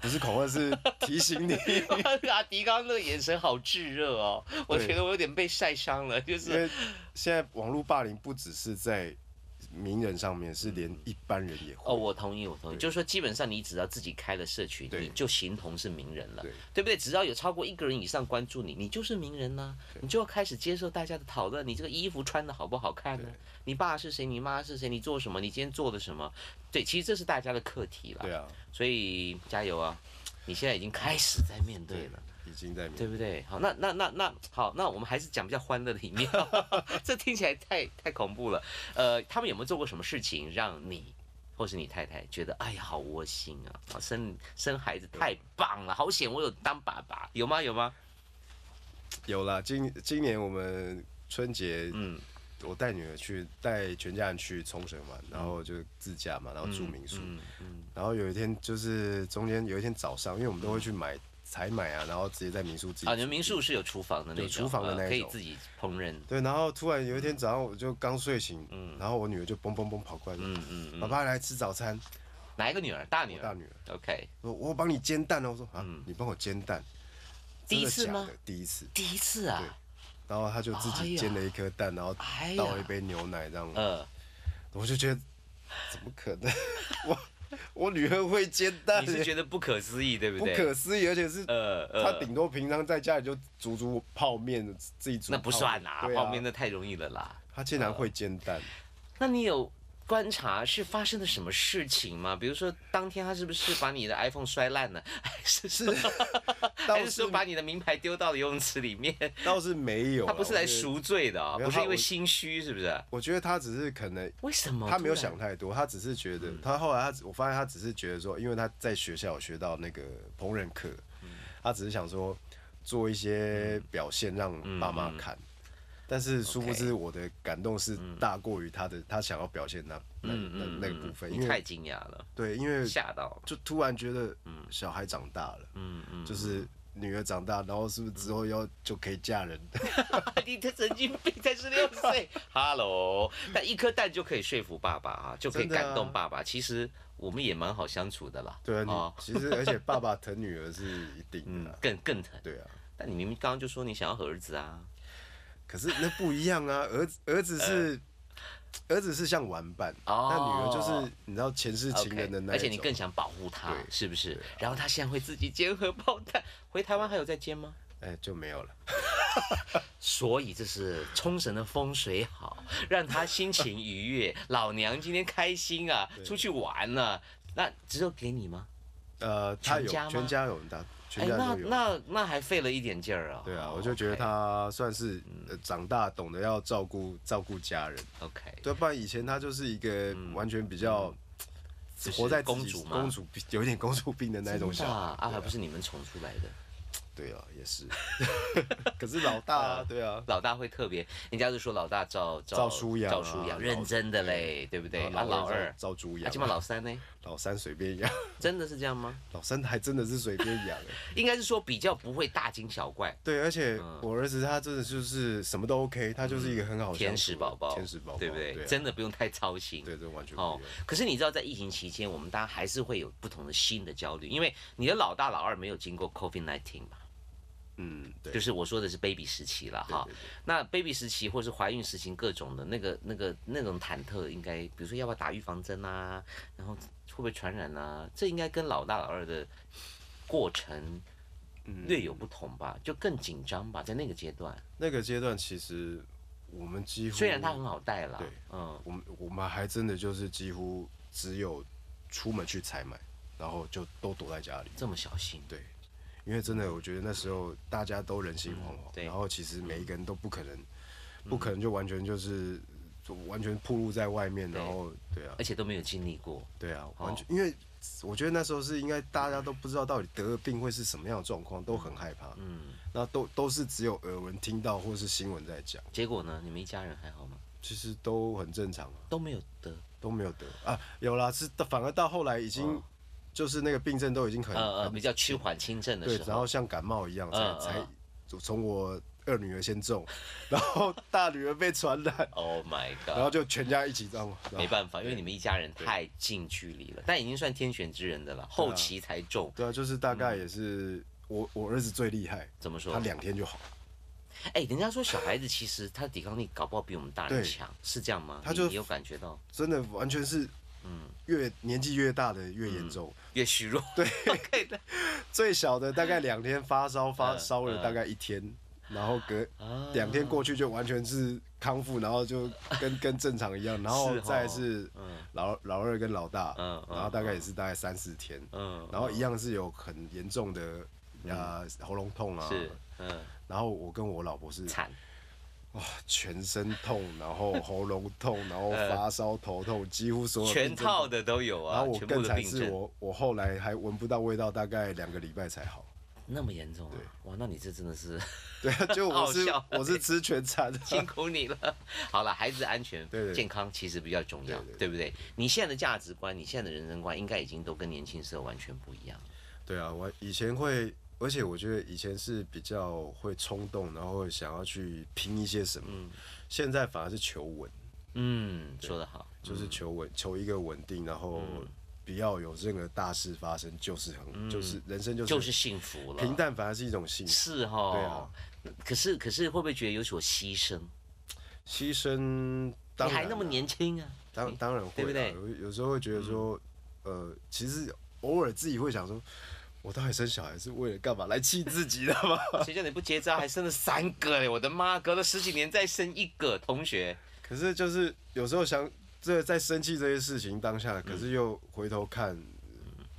Speaker 2: 不是恐吓，是提 醒你。
Speaker 1: 阿啊迪刚刚那个眼神好炙热哦，我
Speaker 2: 对
Speaker 1: 觉得我有点被晒伤了，就
Speaker 2: 因
Speaker 1: 是
Speaker 2: 为现在网络霸凌不只是在名人上面，是连一般人也会。
Speaker 1: 嗯哦，我同意，我同意，就是说基本上你只要自己开了社群，
Speaker 2: 对
Speaker 1: 你就形同是名人了
Speaker 2: 对，
Speaker 1: 对不对？只要有超过一个人以上关注你，你就是名人啦、你就要开始接受大家的讨论，你这个衣服穿的好不好看呢啊
Speaker 2: 对？
Speaker 1: 你爸是谁？你妈是谁？你做什么？你今天做的什么？对，其实这是大家的课题了
Speaker 2: 对，啊，
Speaker 1: 所以加油啊！你现在已经开始在面对了。，
Speaker 2: 已经在
Speaker 1: 对
Speaker 2: 面。
Speaker 1: 不对？好，那那那那好，那我们还是讲比较欢乐的一 面，这听起来太太恐怖了。呃，他们有没有做过什么事情让你或是你太太觉得哎呀好窝心啊？啊生生孩子太棒了，好险我有当爸爸，有吗？有吗？
Speaker 2: 有啦，今今年我们春节，
Speaker 1: 嗯，
Speaker 2: 我带女儿去，带全家人去冲绳玩，然后就自驾嘛，然后住民宿，
Speaker 1: 嗯嗯
Speaker 2: 然后有一天就是中间有一天早上，因为我们都会去买采买啊，然后直接在民宿自己
Speaker 1: 啊，你们民宿是有厨房的那种，
Speaker 2: 有厨房的那
Speaker 1: 呃
Speaker 2: 一
Speaker 1: 可以
Speaker 2: 种
Speaker 1: 自己烹饪。
Speaker 2: 对，然后突然有一天早上我就刚睡醒，然后我女儿就蹦蹦蹦跑过来说
Speaker 1: 嗯嗯：“嗯，
Speaker 2: 爸爸来吃早餐。
Speaker 1: 哪一个女儿？大”女
Speaker 2: 我
Speaker 1: 儿。
Speaker 2: 大女儿
Speaker 1: OK，
Speaker 2: 说：“我帮你煎蛋哦。”我说：“啊，你帮我煎蛋。”
Speaker 1: 嗯第一次
Speaker 2: 真的假
Speaker 1: 吗
Speaker 2: 的？第一次。
Speaker 1: 第一次啊，
Speaker 2: 然后他就自己煎了一颗蛋，然后
Speaker 1: 哎呀
Speaker 2: 倒了一杯牛奶这样，
Speaker 1: 呃，
Speaker 2: 我就觉得怎么可 能？我我女儿会煎蛋
Speaker 1: 你是
Speaker 2: 耶，
Speaker 1: 觉得不可思议，对不
Speaker 2: 不
Speaker 1: 对？
Speaker 2: 可思议，而且是
Speaker 1: 呃呃，
Speaker 2: 她顶多平常在家里就煮煮泡面，自己煮
Speaker 1: 那
Speaker 2: 泡面。
Speaker 1: 不算啦，
Speaker 2: 对啊
Speaker 1: 泡面那呃太容易了啦。
Speaker 2: 她竟然会煎蛋，
Speaker 1: 那你有观察是发生了什么事情吗？比如说当天他是不是把你的 iPhone 摔烂了， 还是是还
Speaker 2: 倒
Speaker 1: 是
Speaker 2: 是
Speaker 1: 说把你的名牌丢到了游泳池里面？
Speaker 2: 倒是没有啊。
Speaker 1: 他不是来
Speaker 2: 我觉得，
Speaker 1: 赎罪的啊、
Speaker 2: 没有
Speaker 1: 不是
Speaker 2: 他
Speaker 1: 因为
Speaker 2: 我
Speaker 1: 心虚，是不是？
Speaker 2: 我觉得她只是可能
Speaker 1: 为什么
Speaker 2: 他没有
Speaker 1: 突然嗯
Speaker 2: 想太多，他只是觉得，他后来他只我发现他只是觉得说，因为他在学校有学到那个烹饪课，
Speaker 1: 嗯
Speaker 2: 他只是想说做一些表现让
Speaker 1: 嗯
Speaker 2: 爸妈看，但是殊不知我的感动是
Speaker 1: 嗯
Speaker 2: 大过于他的他想要表现那那那那个部分，
Speaker 1: 你
Speaker 2: 因
Speaker 1: 太
Speaker 2: 为
Speaker 1: 惊讶了，
Speaker 2: 对，因为
Speaker 1: 吓到。嗯
Speaker 2: 就突然觉得小孩长大了，
Speaker 1: 嗯嗯， 嗯
Speaker 2: 就是女儿长大，然后是不是之后要就可以嫁人？
Speaker 1: 你的神经病才十六岁，Hello，但一颗蛋就可以说服爸爸啊，就可以
Speaker 2: 真的啊
Speaker 1: 感动爸爸。其实我们也蛮好相处的啦。
Speaker 2: 对啊，
Speaker 1: 哦
Speaker 2: 你其实而且爸爸疼女儿是一定
Speaker 1: 嗯
Speaker 2: 的啦，，
Speaker 1: 更更疼。
Speaker 2: 对啊。
Speaker 1: 但你明明刚刚就说你想要儿子啊，
Speaker 2: 可是那不一样 啊，儿子儿子是、儿子是像玩伴，那、
Speaker 1: 哦
Speaker 2: 女儿就是你知道前世情人的那
Speaker 1: o k
Speaker 2: 一种
Speaker 1: 而且你更想保护他
Speaker 2: 对，啊
Speaker 1: 是不是？然后他现在会自己煎荷包蛋，回台湾还有在煎吗？
Speaker 2: 哎、就没有了。
Speaker 1: 所以这是冲绳的风水好，让他心情愉悦。老娘今天开心啊，出去玩了、
Speaker 2: 啊
Speaker 1: 那只有给你吗？
Speaker 2: 呃，他有
Speaker 1: 全家吗
Speaker 2: 全家有他
Speaker 1: 哎，
Speaker 2: 全家
Speaker 1: 那
Speaker 2: 啊都有。
Speaker 1: 那哦那还费了一点劲儿啊。
Speaker 2: 对啊，我就觉得他算是、呃长大，懂得要照顾照顾家人。
Speaker 1: OK，,
Speaker 2: 对，不然以前他就是一个完全比较
Speaker 1: 嗯就是
Speaker 2: 活在自己
Speaker 1: 公主嘛
Speaker 2: 公主病，有点公主病的那种
Speaker 1: 真
Speaker 2: 小
Speaker 1: 的
Speaker 2: 孩
Speaker 1: 啊，啊
Speaker 2: 对
Speaker 1: 还
Speaker 2: 啊
Speaker 1: 不是你们宠出来的。
Speaker 2: 对啊，也是。 可是老大
Speaker 1: 呃
Speaker 2: 啊，对啊，
Speaker 1: 老大会特别，人家就说老大照
Speaker 2: 照书养啊
Speaker 1: 照书养，认真的嘞，对不对？啊，
Speaker 2: 然后
Speaker 1: 老二，
Speaker 2: 照照猪
Speaker 1: 啊，
Speaker 2: 养
Speaker 1: 起码，老三呢？
Speaker 2: 老三随便养，
Speaker 1: 真的是这样吗？
Speaker 2: 老三还真的是随便 养欸。
Speaker 1: 应该是说比较不会大惊小怪，
Speaker 2: 对，而且
Speaker 1: 嗯
Speaker 2: 我儿子他真的就是什么都 OK，他就是一个很好相处的
Speaker 1: 天使宝宝，
Speaker 2: 天使宝宝，
Speaker 1: 对不对？
Speaker 2: 对啊？
Speaker 1: 真的不用太操心。
Speaker 2: 对，这啊完全不
Speaker 1: 哦
Speaker 2: 一样。，
Speaker 1: 可是你知道，在疫情期间，我们大家还是会有不同的新的焦虑，因为你的老大、老二没有经过 COVID 1 9嘛，
Speaker 2: 嗯，对
Speaker 1: 就，是我说的是 baby 时期了
Speaker 2: 对
Speaker 1: 哈
Speaker 2: 对对。
Speaker 1: 那 baby 时期或是怀孕时期各种的那个、那个、那种忐忑，应该比如说要不要打预防针啊，然后会不会传染啊，这应该跟老大、老二的过程
Speaker 2: 嗯
Speaker 1: 略有不同吧，就更紧张吧，在那个阶段。
Speaker 2: 那个阶段其实我们几乎
Speaker 1: 虽然它很好带啦
Speaker 2: 对，
Speaker 1: 嗯，
Speaker 2: 我们我们还真的就是几乎只有出门去采买，然后就都躲在家里。
Speaker 1: 这么小心，
Speaker 2: 对，因为真的，我觉得那时候大家都人心惶
Speaker 1: 嗯
Speaker 2: 惶，
Speaker 1: 对嗯
Speaker 2: 然后其实每一个人都不可能，不可能就完全就是就完全暴露在外面，
Speaker 1: 对
Speaker 2: 然后对啊
Speaker 1: 而，且都没有经历过，
Speaker 2: 对啊，
Speaker 1: 哦
Speaker 2: 完全，因为我觉得那时候是应该大家都不知道到底得了病会是什么样的状况，都很害怕，
Speaker 1: 嗯，
Speaker 2: 那都都是只有耳闻听到或是新闻在讲，
Speaker 1: 结果呢，你们一家人还好吗？
Speaker 2: 其实都很正常啊。
Speaker 1: 都没有得，
Speaker 2: 都没有得啊，有啦，是到反而到后来已经、
Speaker 1: 嗯
Speaker 2: 就是那个病症都已经很、
Speaker 1: 呃呃，
Speaker 2: 很
Speaker 1: 比较趋缓轻症的
Speaker 2: 对
Speaker 1: 时，
Speaker 2: 然
Speaker 1: 候
Speaker 2: 后，像感冒一样才、
Speaker 1: 嗯嗯
Speaker 2: 才
Speaker 1: 嗯
Speaker 2: 就从我二女儿先中，然后大女儿被传 染，
Speaker 1: ，Oh my
Speaker 2: 然后
Speaker 1: God，
Speaker 2: 就全家一起这样，然后
Speaker 1: 没办法，因为你们一家人太近距离了，但已经算天选之人的
Speaker 2: 啊
Speaker 1: 了，后期才中，
Speaker 2: 对啊，就是大概也是、我我儿子最厉害，
Speaker 1: 怎么嗯说
Speaker 2: 他？两天就好，
Speaker 1: 哎，人家说小孩子其实他抵抗力搞不好比我们大人
Speaker 2: 对
Speaker 1: 强，是这样吗？
Speaker 2: 他
Speaker 1: 你
Speaker 2: 就
Speaker 1: 你有感觉到
Speaker 2: 真的完全是
Speaker 1: 嗯
Speaker 2: 越年纪越大的越严重，
Speaker 1: 越虚 弱？对 ，OK 的
Speaker 2: 最小的大概两天发烧发
Speaker 1: 嗯
Speaker 2: 烧了
Speaker 1: 嗯
Speaker 2: 大概一天，然后隔
Speaker 1: 啊
Speaker 2: 两天过去就完全是康复，然后就跟 跟正常一样，然后
Speaker 1: 是哦
Speaker 2: 再是
Speaker 1: 嗯
Speaker 2: 老老二跟老大，
Speaker 1: 嗯嗯
Speaker 2: 然后大概也是大概三四天，
Speaker 1: 嗯，
Speaker 2: 然后一样是有很严重的啊喉咙痛啊，
Speaker 1: 是，嗯，
Speaker 2: 然后我跟我老婆是
Speaker 1: 惨，
Speaker 2: 哇全身痛，然后喉咙痛，然后
Speaker 1: 呃
Speaker 2: 发烧头痛，几乎所有
Speaker 1: 全
Speaker 2: 病症
Speaker 1: 套。的都有
Speaker 2: 然
Speaker 1: 啊
Speaker 2: 后，我
Speaker 1: 全部
Speaker 2: 更
Speaker 1: 的
Speaker 2: 惨
Speaker 1: 病
Speaker 2: 是
Speaker 1: 症。
Speaker 2: 我我后来还闻不到味道，大概两个礼拜才好。
Speaker 1: 那么严重啊！哇，那你这真的 是
Speaker 2: 对啊，就我
Speaker 1: 好
Speaker 2: 是
Speaker 1: 笑
Speaker 2: 我是吃全餐的，
Speaker 1: 辛苦你了。好了，孩子安全、
Speaker 2: 对对
Speaker 1: 健康其实比较重要，
Speaker 2: 对对对
Speaker 1: 对不对？你现在的价值观，你现在的人生观，应该已经都跟年轻时候完全不一样了。
Speaker 2: 对啊，我以前会，而且我觉得以前是比较会冲动，然后想要去拼一些什么。现在反而是求稳，
Speaker 1: 嗯，说得好，
Speaker 2: 就是求稳，求一个稳定，然后不要有任何大事发生，就是很，就是人生就是
Speaker 1: 嗯就是幸福了。
Speaker 2: 平淡，啊反而是一种幸福。
Speaker 1: 是哈、可是可是会不会觉得有所牺牲？
Speaker 2: 牺牲，
Speaker 1: 你
Speaker 2: 当然
Speaker 1: 还那么
Speaker 2: 啊
Speaker 1: 年轻啊！
Speaker 2: 当当然
Speaker 1: 对
Speaker 2: 会
Speaker 1: 不
Speaker 2: 啦，
Speaker 1: 对嗯
Speaker 2: 有有时候会觉得说，呃，其实偶尔自己会想说，我到底生小孩是为了干嘛？来气自己的 吗？
Speaker 1: 谁叫你不结扎，还生了三个嘞！我的妈，隔了十几年再生一个同学，
Speaker 2: 可是就是有时候想，这在生气这些事情当下，
Speaker 1: 嗯
Speaker 2: 可是又回头看，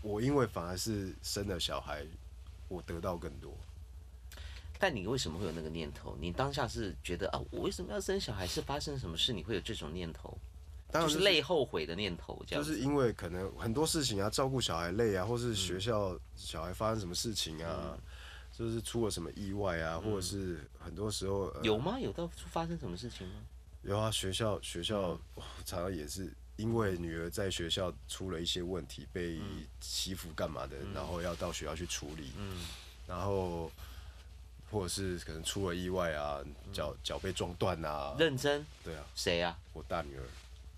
Speaker 2: 我因为反而是生了小孩，我得到更多。
Speaker 1: 但你为什么会有那个念头？你当下是觉得啊，我为什么要生小孩？是发生什么事？你会有这种念头？
Speaker 2: 当然
Speaker 1: 就是
Speaker 2: 哦是
Speaker 1: 累后悔的念头，这
Speaker 2: 就
Speaker 1: 样子。嗯
Speaker 2: 是因为可能很多事情啊，照顾小孩累啊，或是学校小孩发生什么事情啊，就是出了什么意外啊，
Speaker 1: 嗯
Speaker 2: 或者是很多时候、呃、
Speaker 1: 有吗？有到处发生什么事情吗？
Speaker 2: 有啊，学校学校、哇常常也是因为女儿在学校
Speaker 1: 嗯
Speaker 2: 出了一些问题，被欺负干嘛的，然后要到学校去处理。嗯，然后或者是可能出了意外啊，脚脚被撞断啊，
Speaker 1: 嗯认真
Speaker 2: 对啊，
Speaker 1: 谁呀、
Speaker 2: 我大女儿。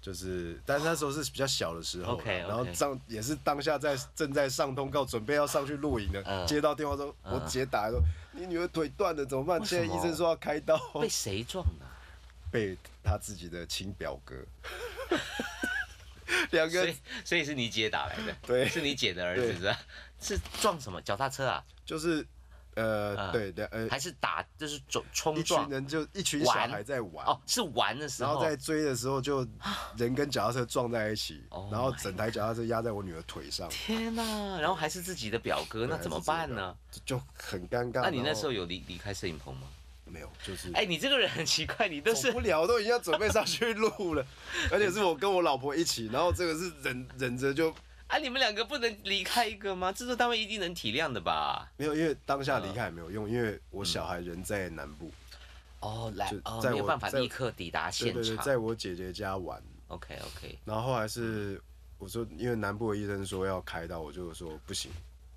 Speaker 2: 就是，但是那时候是比较小的时候啦
Speaker 1: OK，OK
Speaker 2: 然后上也是当下在正在上通告，准备要上去录影的，
Speaker 1: 嗯
Speaker 2: 接到电话说，
Speaker 1: 嗯
Speaker 2: 我姐打来说，你女儿腿断了怎么办？
Speaker 1: 为什
Speaker 2: 现
Speaker 1: 么
Speaker 2: 在医生说要开刀，
Speaker 1: 被谁撞的、啊？
Speaker 2: 被他自己的亲表哥， 两
Speaker 1: 所
Speaker 2: 个
Speaker 1: 以所以是你姐打来的，
Speaker 2: 对
Speaker 1: 是你姐的儿子
Speaker 2: 对
Speaker 1: 是吧？是撞什么脚踏车啊？
Speaker 2: 就是呃
Speaker 1: 嗯
Speaker 2: 对两呃
Speaker 1: 还是打就是冲冲
Speaker 2: 一群
Speaker 1: 撞？
Speaker 2: 人就一群小
Speaker 1: 玩
Speaker 2: 孩在玩，
Speaker 1: 哦，是玩的时
Speaker 2: 然后
Speaker 1: 候。
Speaker 2: 在追的时 候就人跟脚踏车撞在一起
Speaker 1: Oh，
Speaker 2: 然后
Speaker 1: my
Speaker 2: 整台脚踏车压在我女儿腿上，
Speaker 1: 天呐、然后还是自己的表哥，那怎么办呢？
Speaker 2: 就很尴尬。
Speaker 1: 那你那时候
Speaker 2: 然
Speaker 1: 有离离开摄影棚吗？
Speaker 2: 后没有，就是
Speaker 1: 哎、你这个人很奇怪，你都
Speaker 2: 走
Speaker 1: 是
Speaker 2: 不了，都已经要准备上去 录了，而且是我跟我老婆一起，然后这个是忍忍着就
Speaker 1: 啊，你们两个不能离开一个吗？制作单位一定能体谅的吧？
Speaker 2: 没有，因为当下离开也没有用，因为我
Speaker 1: 嗯
Speaker 2: 小孩人在南部，
Speaker 1: 哦，来
Speaker 2: 就
Speaker 1: 哦，
Speaker 2: 在
Speaker 1: 没有
Speaker 2: 我
Speaker 1: 办法
Speaker 2: 在
Speaker 1: 立刻抵达
Speaker 2: 对
Speaker 1: 现
Speaker 2: 对对，
Speaker 1: 场。
Speaker 2: 在我姐姐家玩，
Speaker 1: OK OK，
Speaker 2: 然后后来是我说，因为南部的医生说要开刀，我就说不行，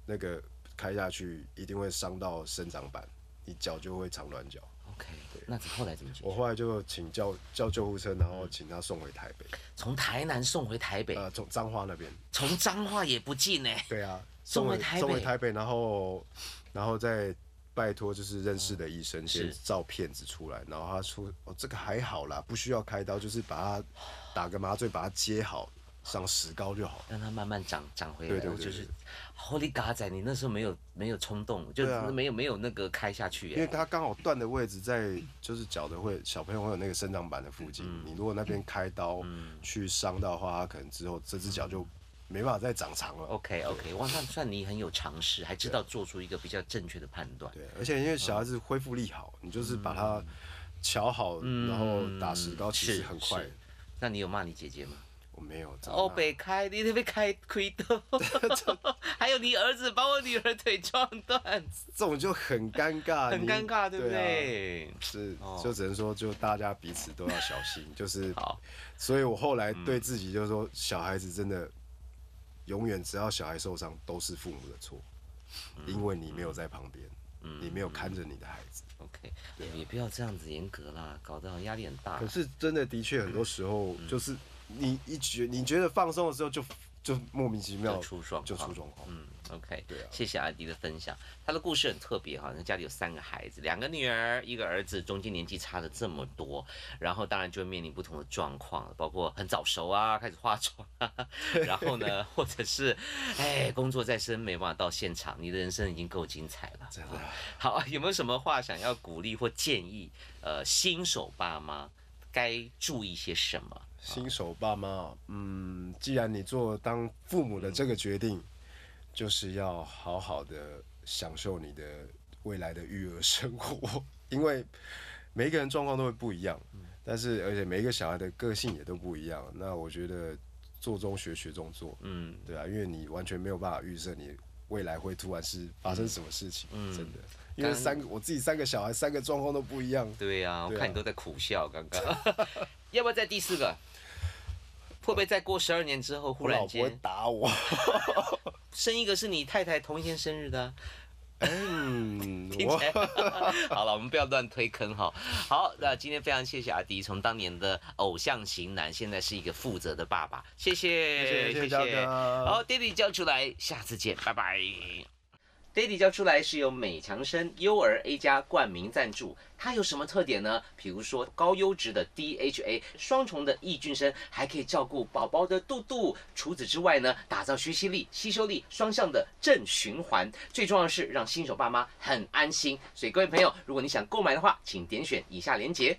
Speaker 2: 那个开下去一定会伤到生长板，你脚就会长软脚。
Speaker 1: OK，那怎后来怎么解
Speaker 2: 我
Speaker 1: 决？
Speaker 2: 后来就请叫叫救护车，然后请他送回台北，
Speaker 1: 从台南送回台北，
Speaker 2: 呃，从彰化那边。
Speaker 1: 从彰化也不近哎、
Speaker 2: 对啊，
Speaker 1: 送回台北
Speaker 2: 送回台北，然后然后再拜托就是认识的医生先
Speaker 1: 嗯是
Speaker 2: 照片子出来，然后他出哦这个还好啦，不需要开刀，就是把它打个麻醉把它接好，上石膏就好。
Speaker 1: 让它慢慢长长回来。
Speaker 2: 对对对
Speaker 1: 我就
Speaker 2: 对
Speaker 1: 是
Speaker 2: 对
Speaker 1: Holy God 仔，你那时候没有没有冲动，就
Speaker 2: 对啊
Speaker 1: 没有、没有那个开下去、
Speaker 2: 因为
Speaker 1: 欸。
Speaker 2: 它刚好断的位置在，就是脚的会小朋友会有那个生长板的附近，
Speaker 1: 嗯
Speaker 2: 你如果那边开刀去伤到的话，它可能之后这只脚就没办法再长长了。
Speaker 1: OK OK，哇，那算你很有常识，还知道做出一个比较正确的判断。
Speaker 2: 对，而且因为小孩子恢复力
Speaker 1: 嗯
Speaker 2: 好，你就是把它瞧好，然后打石膏，其
Speaker 1: 是
Speaker 2: 实很快
Speaker 1: 嗯是。那你有骂你姐姐吗？
Speaker 2: 我没有，啊长大
Speaker 1: 哦，北开，你得被开亏 的， 还有你儿子把我女儿腿撞断，
Speaker 2: 这种就很尴 尬，
Speaker 1: 很
Speaker 2: 你
Speaker 1: 尴尬，对不？
Speaker 2: 啊
Speaker 1: 对？
Speaker 2: 是
Speaker 1: 哦，
Speaker 2: 就只能说，就大家彼此都要小心，就是
Speaker 1: 好，
Speaker 2: 所以我后来
Speaker 1: 嗯
Speaker 2: 对自己就是说，小孩子真的永远只要小孩受伤都是父母的错，
Speaker 1: 嗯
Speaker 2: 因为你没有在旁边，你没有看着你的孩子。
Speaker 1: OK，哎
Speaker 2: 啊
Speaker 1: 也不要这样子严格啦，搞得好像压力很大
Speaker 2: 可。是真的的确很多时候
Speaker 1: 嗯
Speaker 2: 就是你一觉你觉得放松的时候就就莫名其妙
Speaker 1: 就出状况
Speaker 2: 就出状况。
Speaker 1: 嗯，OK，
Speaker 2: 对啊
Speaker 1: 谢谢阿迪的分享。他的故事很特别哈，他家里有三个孩子，两个女儿，一个儿子，中间年纪差了这么多，然后当然就会面临不同的状况，包括很早熟啊，开始化妆 啊，然后呢，或者是哎工作在身没办法到现场，你的人生已经够精彩了。
Speaker 2: 真的
Speaker 1: 啊好，有没有什么话想要鼓励或建议？呃，新手爸妈该注意些什么？
Speaker 2: 新手爸妈，嗯，既然你做当父母的这个决定，就是要好好的享受你的未来的育儿生活， 因为每一个人状况都会不一样，但是而且每一个小孩的个性也都不一样。那我觉得做中学，学中做，
Speaker 1: 嗯，
Speaker 2: 对啊，因为你完全没有办法预设你未来会突然是发生什么事情，
Speaker 1: 嗯
Speaker 2: 真的。因为
Speaker 1: 刚
Speaker 2: 三个我自己三个小孩，三个状况都不一样，
Speaker 1: 对呀、我
Speaker 2: 对啊
Speaker 1: 看你都在苦笑，刚刚。 要不要再第四个？会不会再过十二年之后，忽
Speaker 2: 我老
Speaker 1: 然
Speaker 2: 婆会
Speaker 1: 间
Speaker 2: 打 我。
Speaker 1: 生一个是你太太同一天生日 的啊、
Speaker 2: 嗯，
Speaker 1: 听
Speaker 2: 我
Speaker 1: 起来好了，我们不要乱推坑哈。好，那今天非常谢谢阿迪，从当年的偶像型男，现在是一个负责的爸爸，谢谢
Speaker 2: 谢谢谢谢焦哥
Speaker 1: 好，爹地教出来，下次见，拜拜。爹地教出来是由美强生优儿 A 加冠名赞助，它有什么特点呢？比如说高优质的 DHA 双重的抑菌生，还可以照顾宝宝的肚肚。除此之外呢，打造学习力、吸收力双向的正循环。最重要的是让新手爸妈很安心。所以各位朋友，如果你想购买的话，请点选以下链接。